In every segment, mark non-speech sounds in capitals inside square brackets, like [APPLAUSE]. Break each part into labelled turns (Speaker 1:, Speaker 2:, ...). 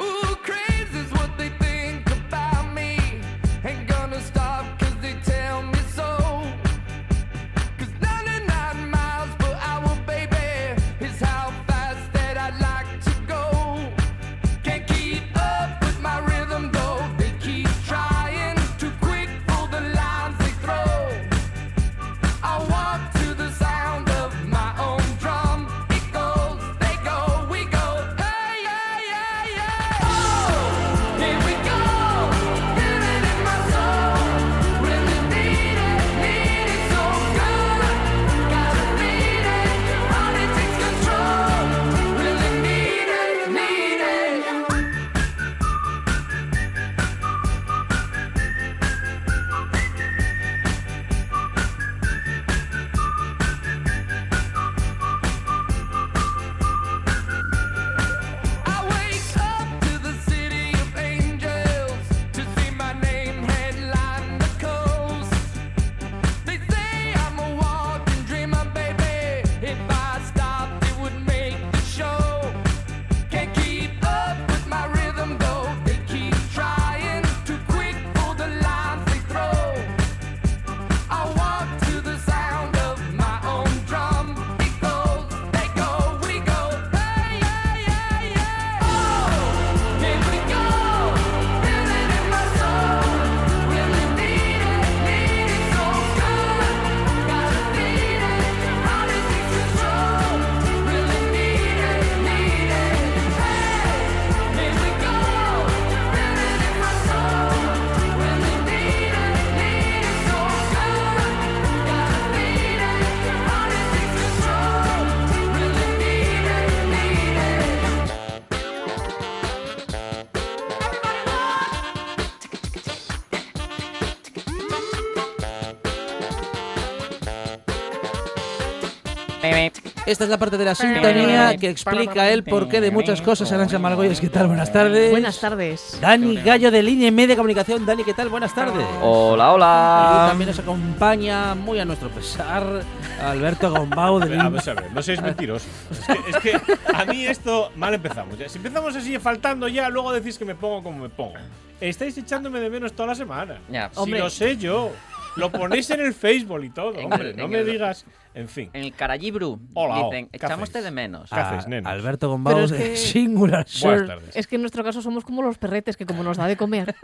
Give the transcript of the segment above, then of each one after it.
Speaker 1: Ooh, crazy's what they think about me. Ain't gonna stop 'cause they tell me so. 'Cause 99 miles per hour, baby, is how fast that I like to go. Can't keep up with my rhythm though. They keep trying, too quick for the lines they throw. I walk to the sound of my own drum. It goes, they go, we go. Hey, hey, hey, hey. Oh, here we go. Feel it in my soul. Really need it, need it so good. Gotta beat it. On it takes control. Really need it, need it. I wake up to the city of angels to see my name headline the coast. They say I'm a walking dreamer, baby. If I stopped, it would make the show. Can't keep up with my rhythm though. They keep trying, too quick for the lines they throw. I walk to the sound of my own drum. It goes, they go, we go. Hey, hey, hey, hey. Oh, here we go. Feel it in my soul. Really need it, need it so good. Gotta beat it. How it takes control. Really need it, need it. Hey, here we go. Feel it in my soul. Really need it, need it so good. Gotta beat it. How it takes control. Really need it, need it.
Speaker 2: Esta es la parte de la sintonía que explica el porqué de muchas cosas. Arancha Margolles, ¿qué tal? Buenas tardes.
Speaker 3: Buenas tardes.
Speaker 2: Dani Gallo de Línea y Media Comunicación. Dani, ¿qué tal? Buenas tardes.
Speaker 4: Hola,
Speaker 2: Y
Speaker 4: hola.
Speaker 2: también nos acompaña, muy a nuestro pesar, Alberto Gombau de
Speaker 5: A
Speaker 2: Lin-
Speaker 5: ver, a ver, no seáis mentirosos. Es que, es que a mí esto mal empezamos. ya. Si empezamos así faltando ya, luego decís que me pongo como me pongo. Estáis echándome de menos toda la semana.
Speaker 4: Ya.
Speaker 5: si
Speaker 3: Hombre.
Speaker 5: lo sé yo. Lo ponéis en el Facebook y todo,
Speaker 4: En
Speaker 5: hombre.
Speaker 4: el-
Speaker 5: no
Speaker 4: en
Speaker 5: me
Speaker 4: el-
Speaker 5: digas. En fin.
Speaker 4: En el Carallibru
Speaker 5: Hola,
Speaker 4: dicen,
Speaker 5: ¿qué
Speaker 4: echámoste
Speaker 5: hacéis? Ah,
Speaker 4: de menos.
Speaker 5: ¿Qué hacéis, nenos?
Speaker 2: Alberto Gombau
Speaker 3: Pero es
Speaker 2: de
Speaker 3: que-
Speaker 2: Singular
Speaker 5: Buenas
Speaker 2: Shirt.
Speaker 5: tardes. Ah,
Speaker 3: Es que en nuestro caso somos como los perretes, que como nos da de comer.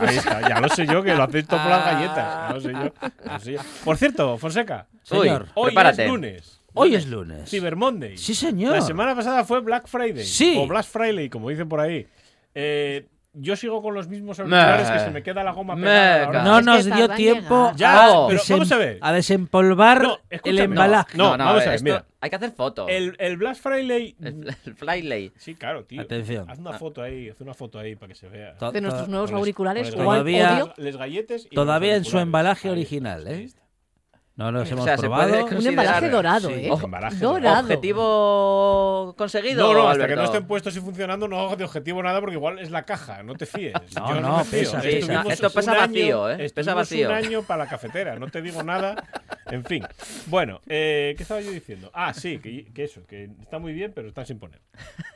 Speaker 5: Ahí está, ya lo sé yo, que lo hacéis todo por las galletas. Ya lo sé yo, lo sé yo. Por cierto, Fonseca,
Speaker 4: Uy,
Speaker 2: Señor,
Speaker 5: hoy
Speaker 4: prepárate.
Speaker 5: es lunes.
Speaker 2: hoy es lunes.
Speaker 5: Cyber Monday.
Speaker 2: Sí, señor.
Speaker 5: La semana pasada fue Black Friday.
Speaker 2: Sí.
Speaker 5: O Black Friday, como dicen por ahí. Eh, yo sigo con los mismos auriculares que se me queda la goma
Speaker 4: Me
Speaker 5: pegada. la verdad.
Speaker 2: No
Speaker 3: Es que
Speaker 2: nos dio
Speaker 3: Zardaña-
Speaker 2: tiempo
Speaker 5: Ya,
Speaker 2: a,
Speaker 5: pero vamos a ver.
Speaker 2: a desempolvar
Speaker 5: No,
Speaker 2: el
Speaker 5: escúchame.
Speaker 2: embalaje.
Speaker 5: No, vamos a ver,
Speaker 4: esto-
Speaker 5: mira.
Speaker 4: Hay que hacer fotos. El,
Speaker 5: El, el Black Friday.
Speaker 4: el flylay.
Speaker 5: Sí, claro, tío.
Speaker 2: Atención.
Speaker 5: Haz una foto ahí, haz una foto ahí para que se vea.
Speaker 2: To-
Speaker 3: De nuestros
Speaker 2: to-
Speaker 3: nuevos
Speaker 5: Con les-
Speaker 3: auriculares.
Speaker 5: con
Speaker 3: o
Speaker 5: les-
Speaker 3: al
Speaker 2: Ah, todavía-
Speaker 3: odio.
Speaker 5: Les galletes y
Speaker 2: Todavía
Speaker 5: los
Speaker 2: en su
Speaker 5: auriculares.
Speaker 2: embalaje
Speaker 5: Ahí
Speaker 2: original,
Speaker 5: está,
Speaker 2: ¿eh?
Speaker 5: ahí está.
Speaker 2: No los
Speaker 4: O
Speaker 2: hemos
Speaker 4: sea, se puede
Speaker 2: probado.
Speaker 3: Un
Speaker 4: considerar-
Speaker 3: embalaje dorado,
Speaker 2: Sí.
Speaker 3: ¿eh?
Speaker 5: Ojo, pues, embalaje
Speaker 3: dorado.
Speaker 4: Objetivo conseguido.
Speaker 5: No, no, hasta
Speaker 4: Alberto.
Speaker 5: que no estén puestos y funcionando, no hago de objetivo nada porque igual es la caja, no
Speaker 4: [LAUGHS]
Speaker 5: te fíes.
Speaker 2: No,
Speaker 5: Yo
Speaker 2: no,
Speaker 5: me fío.
Speaker 2: pesa,
Speaker 5: Estuvimos
Speaker 2: pesa.
Speaker 4: Esto pesa
Speaker 5: un año-
Speaker 4: vacío, ¿eh? Pesa
Speaker 5: estuvimos
Speaker 4: vacío.
Speaker 5: un año para la cafetera, no te digo nada. En fin. Bueno, eh, ¿qué estaba yo diciendo? Ah, sí, que, que eso, que está muy bien, pero están sin poner.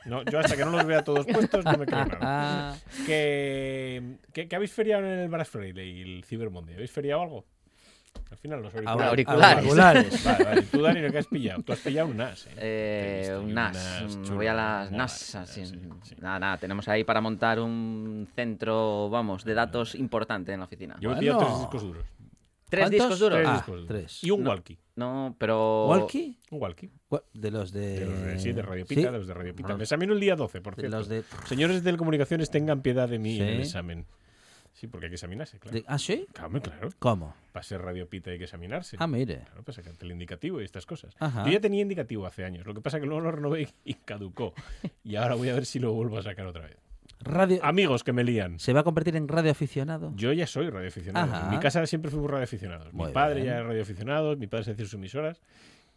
Speaker 5: No, yo hasta que no los vea todos puestos no me creo nada.
Speaker 2: Ah,
Speaker 5: Que, que, que habéis feriado en el Black Friday y el Cyber Monday. ¿Habéis feriado algo? Al final los auriculares.
Speaker 4: Auriculares.
Speaker 2: Auriculares.
Speaker 5: Vale, vale. Tú, Dani, ¿no? ¿qué has pillado? Tú has pillado un NAS. ¿eh? Te he
Speaker 4: Eh,
Speaker 5: visto,
Speaker 4: un
Speaker 5: y
Speaker 4: NAS.
Speaker 5: NAS
Speaker 4: mm,
Speaker 5: chulo,
Speaker 4: Voy a las
Speaker 5: mola,
Speaker 4: NAS. así,
Speaker 5: eh, sí, sí.
Speaker 4: mm, Nada, nada. Tenemos ahí para montar un centro, vamos, de datos importante en la oficina.
Speaker 5: Yo me he pillado
Speaker 2: Bueno.
Speaker 5: tres discos duros.
Speaker 4: ¿Tres
Speaker 2: ¿Cuántos?
Speaker 4: discos duros?
Speaker 5: Tres
Speaker 2: Ah,
Speaker 5: discos duros.
Speaker 2: tres.
Speaker 5: Y un walkie.
Speaker 4: No, pero.
Speaker 2: ¿Walkie?
Speaker 5: Un walkie.
Speaker 2: Gua- De los de.
Speaker 5: De los de, sí, de Radio Pita,
Speaker 2: Eh, Sí,
Speaker 5: de los de Radio Pita.
Speaker 2: Los-
Speaker 5: Me examen el día 12, por
Speaker 2: de
Speaker 5: cierto.
Speaker 2: los de-
Speaker 5: Señores de telecomunicaciones, tengan piedad de mí en el
Speaker 2: Sí.
Speaker 5: examen. Sí, porque hay que examinarse, claro.
Speaker 2: de- ¿Ah, sí?
Speaker 5: Claro, hombre, claro.
Speaker 2: ¿Cómo?
Speaker 5: Para ser Radio Pita hay que examinarse.
Speaker 2: Ah, mire.
Speaker 5: Claro, pues para sacarte el indicativo y estas cosas.
Speaker 2: Ajá.
Speaker 5: Yo ya tenía indicativo hace años. Lo que pasa es que luego lo renové y caducó. Y ahora voy a ver si lo vuelvo a sacar otra vez.
Speaker 2: Radio...
Speaker 5: Amigos que me lían.
Speaker 2: ¿Se va a convertir en radio aficionado?
Speaker 5: Yo ya soy radioaficionado.
Speaker 2: Ajá.
Speaker 5: En mi casa siempre fuimos radioaficionados. Mi
Speaker 2: Muy
Speaker 5: padre
Speaker 2: bien.
Speaker 5: ya era radioaficionado, mi padre se hacía sus emisoras.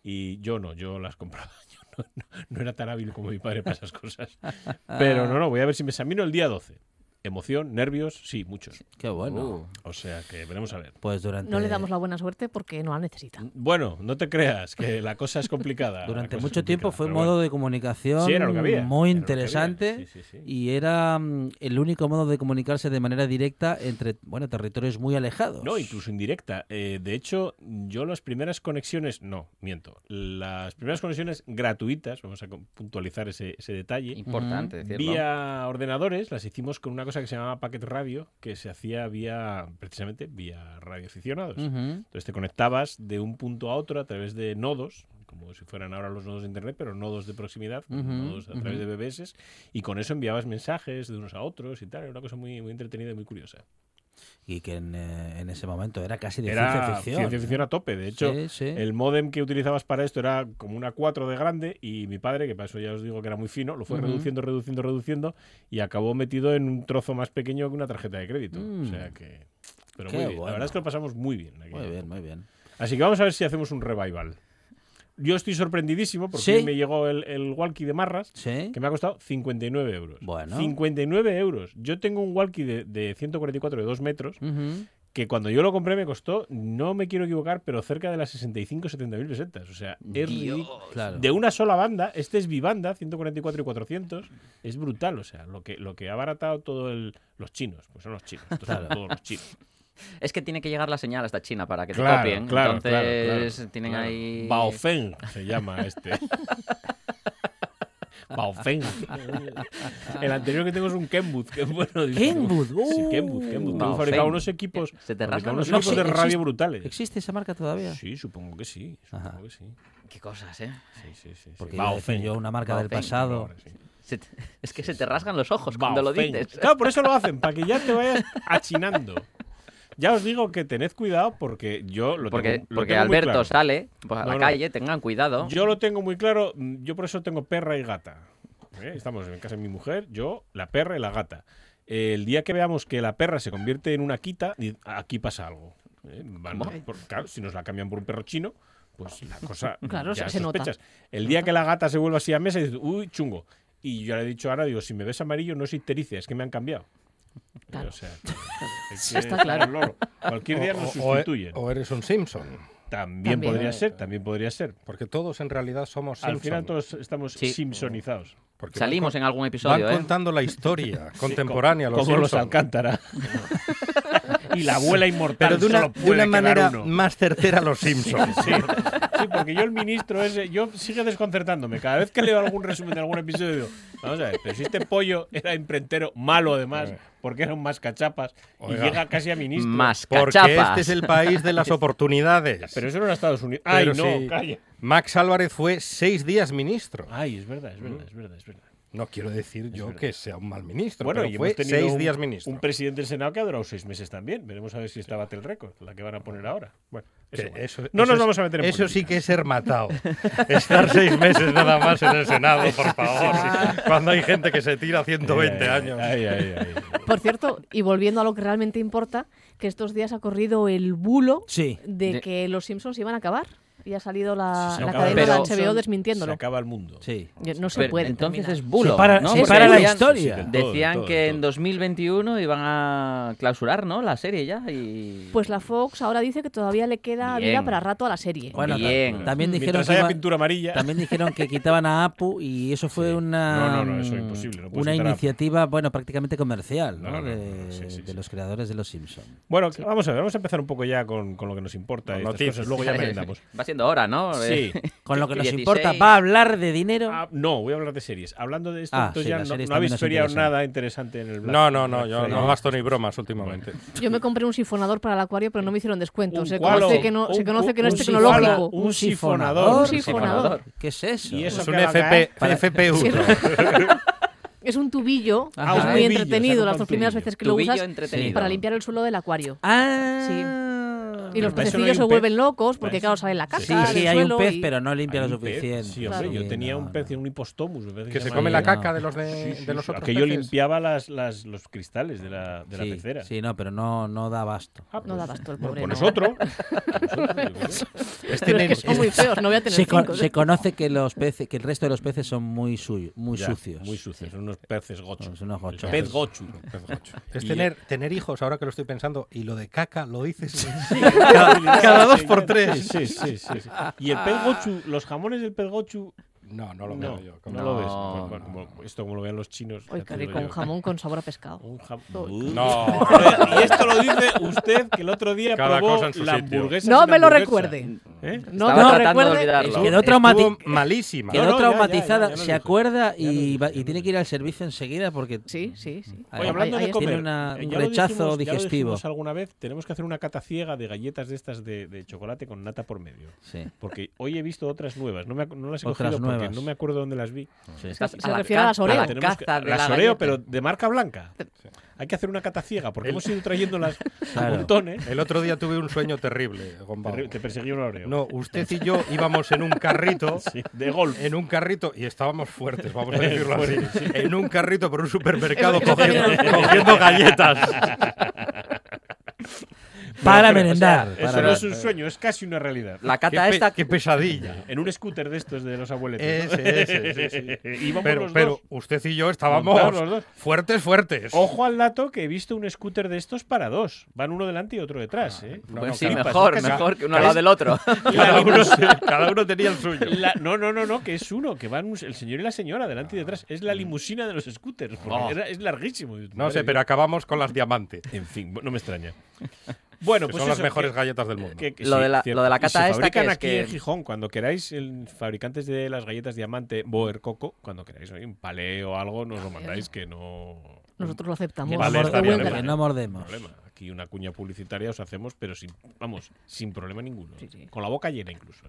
Speaker 5: Y yo no, yo las compraba. [LAUGHS] Yo no, no- no era tan hábil como mi padre para
Speaker 2: [LAUGHS]
Speaker 5: esas cosas.
Speaker 2: Ah.
Speaker 5: Pero no, no, voy a ver si me examino el día 12. Emoción, nervios, sí, muchos.
Speaker 2: Qué bueno.
Speaker 4: Uh.
Speaker 5: O sea que veremos a ver.
Speaker 2: Pues durante,
Speaker 3: No le damos la buena suerte porque no la necesita.
Speaker 5: Bueno, no te creas que la cosa es complicada. La
Speaker 2: durante
Speaker 5: Ah, cosa es
Speaker 2: mucho tiempo
Speaker 5: complicada,
Speaker 2: fue un
Speaker 5: pero
Speaker 2: modo
Speaker 5: bueno.
Speaker 2: de comunicación
Speaker 5: Sí, era lo que había,
Speaker 2: muy
Speaker 5: era lo que había,
Speaker 2: interesante
Speaker 5: sí, sí, sí.
Speaker 2: y era mm, el único modo de comunicarse de manera directa entre bueno territorios muy alejados.
Speaker 5: No, incluso indirecta. Eh, de hecho, yo las primeras conexiones, no, miento, las primeras conexiones gratuitas, vamos a con- puntualizar ese, ese detalle,
Speaker 4: Importante decirlo.
Speaker 5: Mm, vía ordenadores las hicimos con una cosa que se llamaba Packet Radio, que se hacía vía, precisamente, vía radioaficionados.
Speaker 2: Ujú.
Speaker 5: Entonces te conectabas de un punto a otro a través de nodos, como si fueran ahora los nodos de internet, pero nodos de proximidad, como
Speaker 2: Ujú,
Speaker 5: nodos a través
Speaker 2: ujú.
Speaker 5: de BBS, y con eso enviabas mensajes de unos a otros y tal. Era una cosa muy, muy entretenida y muy curiosa.
Speaker 2: Y que en, eh, en ese momento era casi de
Speaker 5: Era
Speaker 2: ciencia ficción.
Speaker 5: a tope. De hecho,
Speaker 2: Sí, sí.
Speaker 5: el modem que utilizabas para esto era como una 4 de grande y mi padre, que para eso ya os digo que era muy fino, lo fue
Speaker 2: Ujú.
Speaker 5: reduciendo, reduciendo, reduciendo y acabó metido en un trozo más pequeño que una tarjeta de crédito. O
Speaker 2: Mm.
Speaker 5: sea que... Pero
Speaker 2: Qué
Speaker 5: muy bien. La
Speaker 2: bueno.
Speaker 5: verdad es que lo pasamos muy bien. aquella
Speaker 2: Muy bien,
Speaker 5: época.
Speaker 2: muy bien.
Speaker 5: Así que vamos a ver si hacemos un revival. Yo estoy sorprendidísimo porque
Speaker 2: Sí.
Speaker 5: hoy me llegó el, el walkie de Marras
Speaker 2: Sí.
Speaker 5: que me ha costado 59 euros.
Speaker 2: Bueno.
Speaker 5: 59 euros. Yo tengo un walkie de, de 144 de 2 metros
Speaker 2: Ujú.
Speaker 5: que cuando yo lo compré me costó, no me quiero equivocar, pero cerca de las 65 70 mil pesetas. O sea, es ridículo.
Speaker 2: Claro.
Speaker 5: De una sola banda, este es bibanda, 144 y 400, es brutal. O sea, lo que, lo que ha abaratado todo el, los chinos, pues son los chinos, estos son todos los chinos.
Speaker 4: Es que tiene que llegar la señal hasta China para que
Speaker 5: Claro,
Speaker 4: te copien.
Speaker 5: claro,
Speaker 4: Entonces
Speaker 5: claro, claro,
Speaker 4: tienen
Speaker 5: claro.
Speaker 4: ahí.
Speaker 5: Baofeng se llama este.
Speaker 4: [LAUGHS]
Speaker 5: Baofeng. El anterior que tengo es un Kenwood. que bueno, digo,
Speaker 2: Kenwood,
Speaker 5: Sí,
Speaker 2: uh.
Speaker 5: Kenwood, Kenwood. Tengo
Speaker 4: Baofeng.
Speaker 5: fabricado unos equipos,
Speaker 4: Se te
Speaker 5: fabricado
Speaker 4: rasgan
Speaker 5: unos
Speaker 4: los
Speaker 5: equipos de
Speaker 2: ojos.
Speaker 5: radio brutales.
Speaker 2: ¿Existe esa marca todavía?
Speaker 5: Sí, supongo que sí. Supongo
Speaker 2: Ajá.
Speaker 5: que sí.
Speaker 4: Qué cosas, ¿eh?
Speaker 5: Sí, sí, sí. sí.
Speaker 2: Porque iba a decir yo una marca del
Speaker 4: Baofeng.
Speaker 2: pasado.
Speaker 5: Ahora sí.
Speaker 4: Se te- [LAUGHS] Es que se te rasgan los ojos Pues cuando lo
Speaker 5: Baofeng.
Speaker 4: dices.
Speaker 5: Claro, por eso lo hacen, para que ya te vayas achinando. Ya os digo que tened cuidado porque yo lo
Speaker 4: Porque,
Speaker 5: tengo, lo
Speaker 4: porque
Speaker 5: tengo muy
Speaker 4: Alberto
Speaker 5: claro.
Speaker 4: sale pues, a
Speaker 5: No,
Speaker 4: la
Speaker 5: no.
Speaker 4: calle, tengan cuidado.
Speaker 5: Yo lo tengo muy claro, mm, yo por eso tengo perra y gata. ¿eh? Estamos en casa de mi mujer, yo, la perra y la gata. El día que veamos que la perra se convierte en una quita, di- aquí pasa algo. ¿eh? Van- por- claro, si nos la cambian por un perro chino, pues la cosa
Speaker 3: [LAUGHS] Claro,
Speaker 5: ya
Speaker 3: se- se nota.
Speaker 5: sospechas. El día que la gata se vuelva así a mesa, dices, uy, chungo. Y yo le he dicho ahora, digo, si me ves amarillo no es ictericia, es que me han cambiado.
Speaker 3: Claro. [LAUGHS]
Speaker 5: O sea, es que
Speaker 3: Está
Speaker 5: es
Speaker 3: claro.
Speaker 5: un loro. Cualquier día nos
Speaker 6: O- o-
Speaker 5: sustituyen.
Speaker 6: o eres un Simpson.
Speaker 5: También
Speaker 3: También.
Speaker 5: podría ser, también podría ser.
Speaker 6: Porque todos en realidad somos Simpson.
Speaker 5: Al final todos estamos
Speaker 4: Sí.
Speaker 5: simpsonizados.
Speaker 6: Porque van
Speaker 4: Salimos
Speaker 6: con-
Speaker 4: en algún
Speaker 6: Van
Speaker 4: episodio, ¿eh?
Speaker 6: contando
Speaker 5: [LAUGHS]
Speaker 6: la historia contemporánea, los
Speaker 5: como los
Speaker 6: Simpson. [LAUGHS]
Speaker 5: Alcántara. y la abuela inmortal.
Speaker 6: Pero de una,
Speaker 5: solo
Speaker 6: de
Speaker 5: puede
Speaker 6: una
Speaker 5: quedar
Speaker 6: manera
Speaker 5: uno.
Speaker 6: más certera los Simpson.
Speaker 5: [LAUGHS] Sí, sí, porque yo el ministro ese, yo sigue desconcertándome. Cada vez que leo algún resumen de algún episodio, digo, vamos a ver, pero si este pollo era imprentero, malo además, porque era un mascachapas,
Speaker 6: Eh. Oiga.
Speaker 5: y llega casi a ministro.
Speaker 4: Más
Speaker 6: Porque
Speaker 4: cachapas.
Speaker 6: este es el país de
Speaker 5: [LAUGHS]
Speaker 6: las oportunidades.
Speaker 5: Pero eso no era Estados Unidos. Ay,
Speaker 6: Pero
Speaker 5: no,
Speaker 6: sí.
Speaker 5: calla.
Speaker 6: Max Álvarez fue seis días ministro.
Speaker 5: Ay, es verdad, es verdad, es verdad, es verdad.
Speaker 6: No quiero decir yo que sea un mal ministro,
Speaker 5: Bueno, y
Speaker 6: pero fue
Speaker 5: hemos tenido
Speaker 6: seis
Speaker 5: un,
Speaker 6: días ministro.
Speaker 5: un presidente del Senado que ha durado seis meses también. Veremos a ver si esta bate el récord, la que van a poner ahora. Bueno,
Speaker 6: Que
Speaker 5: es igual.
Speaker 6: eso-
Speaker 5: no
Speaker 6: eso
Speaker 5: nos
Speaker 6: es-
Speaker 5: vamos a meter en
Speaker 6: Eso sí
Speaker 5: política.
Speaker 6: que es ser matado. [LAUGHS] Estar seis meses nada más en el Senado, por favor. Cuando hay gente que se tira 120
Speaker 5: Ay,
Speaker 6: años.
Speaker 5: ay, ay, ay, ay.
Speaker 3: Por cierto, y volviendo a lo que realmente importa, que estos días ha corrido el bulo
Speaker 2: Sí.
Speaker 3: de
Speaker 4: De-
Speaker 3: que los Simpsons iban a acabar. Y ha salido la,
Speaker 5: Se
Speaker 3: la
Speaker 5: acaba.
Speaker 3: cadena de
Speaker 4: Pero-
Speaker 3: HBO
Speaker 5: Se
Speaker 3: desmintiéndolo.
Speaker 5: acaba el mundo.
Speaker 2: Sí.
Speaker 3: Yo- no se
Speaker 4: Pero
Speaker 3: puede.
Speaker 4: entonces
Speaker 3: terminar.
Speaker 4: es bulo.
Speaker 2: Se para,
Speaker 4: ¿no?
Speaker 2: se
Speaker 4: Porque
Speaker 2: para la
Speaker 4: decían-
Speaker 2: historia.
Speaker 5: sí, sí, Todo,
Speaker 4: Decían
Speaker 5: todo,
Speaker 4: que
Speaker 5: todo.
Speaker 4: en 2021 iban a clausurar, ¿no? La serie ya. Y...
Speaker 3: Pues la Fox ahora dice que todavía le queda
Speaker 4: Bien.
Speaker 3: vida para rato a la serie.
Speaker 2: Bueno, ta-
Speaker 4: Bien.
Speaker 2: también dijeron
Speaker 5: Mientras
Speaker 2: que
Speaker 5: haya
Speaker 2: iba-
Speaker 5: pintura amarilla.
Speaker 2: también dijeron que quitaban a Apu y eso fue
Speaker 5: Sí.
Speaker 2: una
Speaker 5: No, no, no, eso es imposible, no puedes
Speaker 2: una
Speaker 5: quitar a Apu.
Speaker 2: iniciativa, bueno, prácticamente comercial,
Speaker 5: No,
Speaker 2: ¿no?
Speaker 5: no, no,
Speaker 2: de,
Speaker 5: no, no, sí, sí,
Speaker 2: de
Speaker 5: sí.
Speaker 2: los creadores de los Simpsons.
Speaker 5: Bueno, vamos a ver, vamos a empezar un poco ya con, con lo que nos importa.
Speaker 6: Con
Speaker 5: y estas
Speaker 6: noticias.
Speaker 4: [LAUGHS]
Speaker 5: cosas, Luego ya merendamos.
Speaker 4: Va siendo hora, ¿no? Eh,
Speaker 5: Sí.
Speaker 4: [LAUGHS]
Speaker 5: [LAUGHS]
Speaker 2: Con lo que nos
Speaker 4: 16.
Speaker 2: importa, va a hablar de dinero.
Speaker 5: Ah, no, voy a hablar de series. Hablando de esto,
Speaker 2: Ah,
Speaker 5: entonces
Speaker 2: sí,
Speaker 5: ya
Speaker 2: las
Speaker 5: no,
Speaker 2: series
Speaker 5: no
Speaker 2: también
Speaker 5: habéis
Speaker 2: nos
Speaker 5: feriado
Speaker 2: interesan.
Speaker 5: nada interesante en el Black
Speaker 6: No, no, no,
Speaker 5: Black
Speaker 6: yo
Speaker 5: Friday.
Speaker 6: no gasto ni bromas últimamente.
Speaker 3: Yo me compré un sifonador para el acuario, pero no me hicieron descuentos.
Speaker 5: Un
Speaker 3: Se
Speaker 5: cualo,
Speaker 3: conoce que no, se
Speaker 5: un-
Speaker 3: conoce que no
Speaker 5: un
Speaker 3: es
Speaker 5: sifonador.
Speaker 3: tecnológico.
Speaker 5: Un
Speaker 3: Un
Speaker 5: sifonador.
Speaker 3: sifonador.
Speaker 2: ¿Qué es eso?
Speaker 5: Y eso
Speaker 6: Es un
Speaker 5: que va a
Speaker 6: FP,
Speaker 5: caer. [LAUGHS]
Speaker 6: FP1.
Speaker 3: Es un tubillo.
Speaker 2: Ajá.
Speaker 3: Es
Speaker 2: Ah, un
Speaker 3: muy
Speaker 5: tubillo, saca
Speaker 3: entretenido
Speaker 5: un
Speaker 3: las dos primeras
Speaker 5: tubillo.
Speaker 3: veces que lo
Speaker 4: Tubillo
Speaker 3: usas
Speaker 4: entretenido.
Speaker 3: para limpiar el suelo del acuario.
Speaker 2: Ah,
Speaker 3: Sí. Y los
Speaker 5: Pero para eso no hay
Speaker 3: pececillos se
Speaker 5: un pez.
Speaker 3: vuelven locos porque,
Speaker 5: Para
Speaker 3: claro,
Speaker 5: eso-
Speaker 3: salen la caca.
Speaker 5: Sí,
Speaker 2: Sí,
Speaker 3: del
Speaker 2: sí, hay un
Speaker 3: suelo
Speaker 2: pez,
Speaker 3: y-
Speaker 2: pero no limpia
Speaker 5: Hay
Speaker 2: lo
Speaker 5: un pez,
Speaker 2: suficiente.
Speaker 5: Sí, hombre,
Speaker 3: Claro.
Speaker 5: yo tenía
Speaker 2: no,
Speaker 5: un
Speaker 2: no.
Speaker 5: pez, un hipostomus. me parece
Speaker 6: Que se
Speaker 5: llama
Speaker 6: come la
Speaker 5: el-
Speaker 6: caca de los, de,
Speaker 5: Sí, sí,
Speaker 6: de los
Speaker 5: sí.
Speaker 6: otros
Speaker 5: Aquello
Speaker 6: peces.
Speaker 5: limpiaba las, las- los cristales de la, de la
Speaker 2: sí,
Speaker 5: pecera.
Speaker 2: Sí, no, pero no, no da abasto.
Speaker 5: Ah,
Speaker 3: No
Speaker 5: pues-
Speaker 3: da basto el
Speaker 5: Bueno,
Speaker 6: Eh,
Speaker 3: pobre. no.
Speaker 5: pues
Speaker 6: [LAUGHS]
Speaker 5: nosotros. nosotros, yo [LAUGHS]
Speaker 3: Pero es que son muy feos, no voy a tener
Speaker 2: Se, con-
Speaker 3: cinco.
Speaker 2: se conoce que los peces, que el resto de los peces son muy suyo, muy
Speaker 5: creo.
Speaker 2: sucios.
Speaker 5: Muy sucios. Son unos peces gochos.
Speaker 2: Son unos
Speaker 5: El
Speaker 2: gochos.
Speaker 5: Pez gochu.
Speaker 6: Es
Speaker 5: Y-
Speaker 6: tener, tener hijos, ahora que lo estoy pensando, y lo de caca lo dices.
Speaker 5: cada,
Speaker 6: [LAUGHS] cada dos
Speaker 5: [LAUGHS]
Speaker 6: por tres.
Speaker 5: Sí, sí, sí, sí. Y el pez gochu, los jamones del pez gochu.
Speaker 6: No, no lo veo
Speaker 5: No,
Speaker 6: yo.
Speaker 5: no,
Speaker 6: como-
Speaker 5: lo ves.
Speaker 4: No,
Speaker 5: Bueno, bueno, como- esto como lo vean los chinos.
Speaker 3: Uy, qué
Speaker 5: ya te digo
Speaker 3: rico, un
Speaker 5: yo. ¿eh?
Speaker 3: jamón con sabor a pescado.
Speaker 5: Un jam-
Speaker 6: No.
Speaker 5: [LAUGHS] Y esto lo dice usted que el otro día
Speaker 6: Cada
Speaker 5: probó
Speaker 6: cosa en su
Speaker 5: la
Speaker 6: sitio.
Speaker 5: hamburguesa.
Speaker 3: No
Speaker 5: sin
Speaker 3: me lo
Speaker 5: hamburguesa.
Speaker 3: recuerde.
Speaker 5: ¿Eh?
Speaker 3: No
Speaker 4: Estaba
Speaker 3: me lo
Speaker 4: tratando de
Speaker 3: recuerde.
Speaker 4: olvidarlo.
Speaker 2: Es que no-
Speaker 6: Estuvo
Speaker 2: traumati-
Speaker 6: malísima.
Speaker 2: Quedó
Speaker 5: No, no, ya, ya,
Speaker 2: traumatizada,
Speaker 5: ya, ya lo
Speaker 2: se
Speaker 5: dijo.
Speaker 2: acuerda
Speaker 5: Ya lo
Speaker 2: y,
Speaker 5: dijo,
Speaker 2: va-
Speaker 5: ya
Speaker 2: y
Speaker 5: lo
Speaker 2: tiene que ir al servicio enseguida porque
Speaker 3: Sí, sí, sí.
Speaker 2: Oye,
Speaker 5: Oye,
Speaker 2: Ahí-
Speaker 5: hablando
Speaker 3: ahí
Speaker 5: de
Speaker 3: está.
Speaker 5: comer,
Speaker 2: Tiene una-
Speaker 5: eh,
Speaker 2: un
Speaker 5: ya lo
Speaker 2: rechazo
Speaker 5: dijimos- ya lo
Speaker 2: digestivo.
Speaker 5: dijimos alguna vez tenemos que hacer una cata ciega de galletas de estas de, de chocolate con nata por medio.
Speaker 2: Sí,
Speaker 5: Porque hoy he visto otras nuevas. No, me, ac- no las he
Speaker 2: Otras
Speaker 5: cogido
Speaker 2: nuevas.
Speaker 5: porque no me acuerdo dónde las vi.
Speaker 2: sí.
Speaker 4: Estás
Speaker 3: Se
Speaker 4: la
Speaker 3: refiere a las
Speaker 4: caza-
Speaker 3: Oreo.
Speaker 4: la
Speaker 5: Tenemos que-
Speaker 4: caza de
Speaker 5: las
Speaker 4: la
Speaker 5: Oreo,
Speaker 4: galleta.
Speaker 5: pero de marca blanca. Hay que hacer una cata ciega porque hemos ido trayéndolas a
Speaker 2: Claro.
Speaker 5: montones.
Speaker 6: El otro día tuve un sueño terrible, Gombao.
Speaker 5: Te perseguí un Oreo.
Speaker 6: No, usted y yo íbamos en un carrito.
Speaker 5: Sí, de golf.
Speaker 6: [LAUGHS] En un carrito, y estábamos fuertes, vamos a decirlo así.
Speaker 5: Eh, Fuertes, sí.
Speaker 6: En un carrito por un supermercado
Speaker 3: Eso- eso
Speaker 6: cogiendo,
Speaker 3: también
Speaker 5: [LAUGHS]
Speaker 6: cogiendo galletas.
Speaker 2: Para
Speaker 5: Pero,
Speaker 2: merendar.
Speaker 5: o
Speaker 2: para
Speaker 5: sea, eso no es un
Speaker 2: merendar.
Speaker 5: sueño, es casi una realidad.
Speaker 4: La
Speaker 6: Qué,
Speaker 4: cata
Speaker 6: pe-
Speaker 4: esta
Speaker 6: qué pesadilla.
Speaker 5: En un scooter de estos de los abueletos. ¿no?
Speaker 6: Ese, ese,
Speaker 5: [LAUGHS]
Speaker 6: ese, sí.
Speaker 5: Íbamos
Speaker 6: Pero,
Speaker 5: los
Speaker 6: pero
Speaker 5: dos.
Speaker 6: usted y
Speaker 5: Montados
Speaker 6: yo
Speaker 5: los
Speaker 6: estábamos
Speaker 5: dos.
Speaker 6: fuertes, fuertes.
Speaker 5: Ojo al dato que he visto un scooter de estos para dos. Van uno delante y otro detrás. ¿eh?
Speaker 6: No,
Speaker 4: Pues
Speaker 6: no,
Speaker 4: sí,
Speaker 6: claro.
Speaker 4: mejor,
Speaker 5: Casi-
Speaker 4: mejor que uno al lado del
Speaker 5: [LAUGHS]
Speaker 4: otro.
Speaker 6: Cada uno, [LAUGHS] cada uno tenía el suyo.
Speaker 5: La- no, no, no, no, que es uno, que van un- el señor y la señora delante y detrás. Es la limusina de los scooters. porque
Speaker 4: Oh.
Speaker 5: era- es larguísimo.
Speaker 6: Mm. No sé, pero acabamos con las diamante. que
Speaker 5: En fin, no me extraña. [LAUGHS] Bueno, pues
Speaker 6: son las
Speaker 5: eso,
Speaker 6: mejores
Speaker 5: que-
Speaker 6: galletas del mundo.
Speaker 5: que- que
Speaker 4: Lo de la-
Speaker 5: cierto.
Speaker 4: lo de la
Speaker 5: Y
Speaker 4: cata
Speaker 5: se
Speaker 4: esta,
Speaker 5: fabrican
Speaker 4: que es
Speaker 5: aquí
Speaker 4: que-
Speaker 5: en Gijón cuando queráis el- fabricantes de las galletas diamante Boer Coco cuando queráis oye, un paleo o algo nos lo mandáis que no
Speaker 3: Nosotros lo aceptamos.
Speaker 2: Que
Speaker 5: Vale,
Speaker 2: no
Speaker 5: está
Speaker 2: mordemos,
Speaker 5: bien,
Speaker 2: que
Speaker 5: vale.
Speaker 2: no mordemos.
Speaker 5: problema aquí una cuña publicitaria os hacemos pero sin vamos sin problema ninguno
Speaker 3: Sí, sí.
Speaker 5: con la boca llena incluso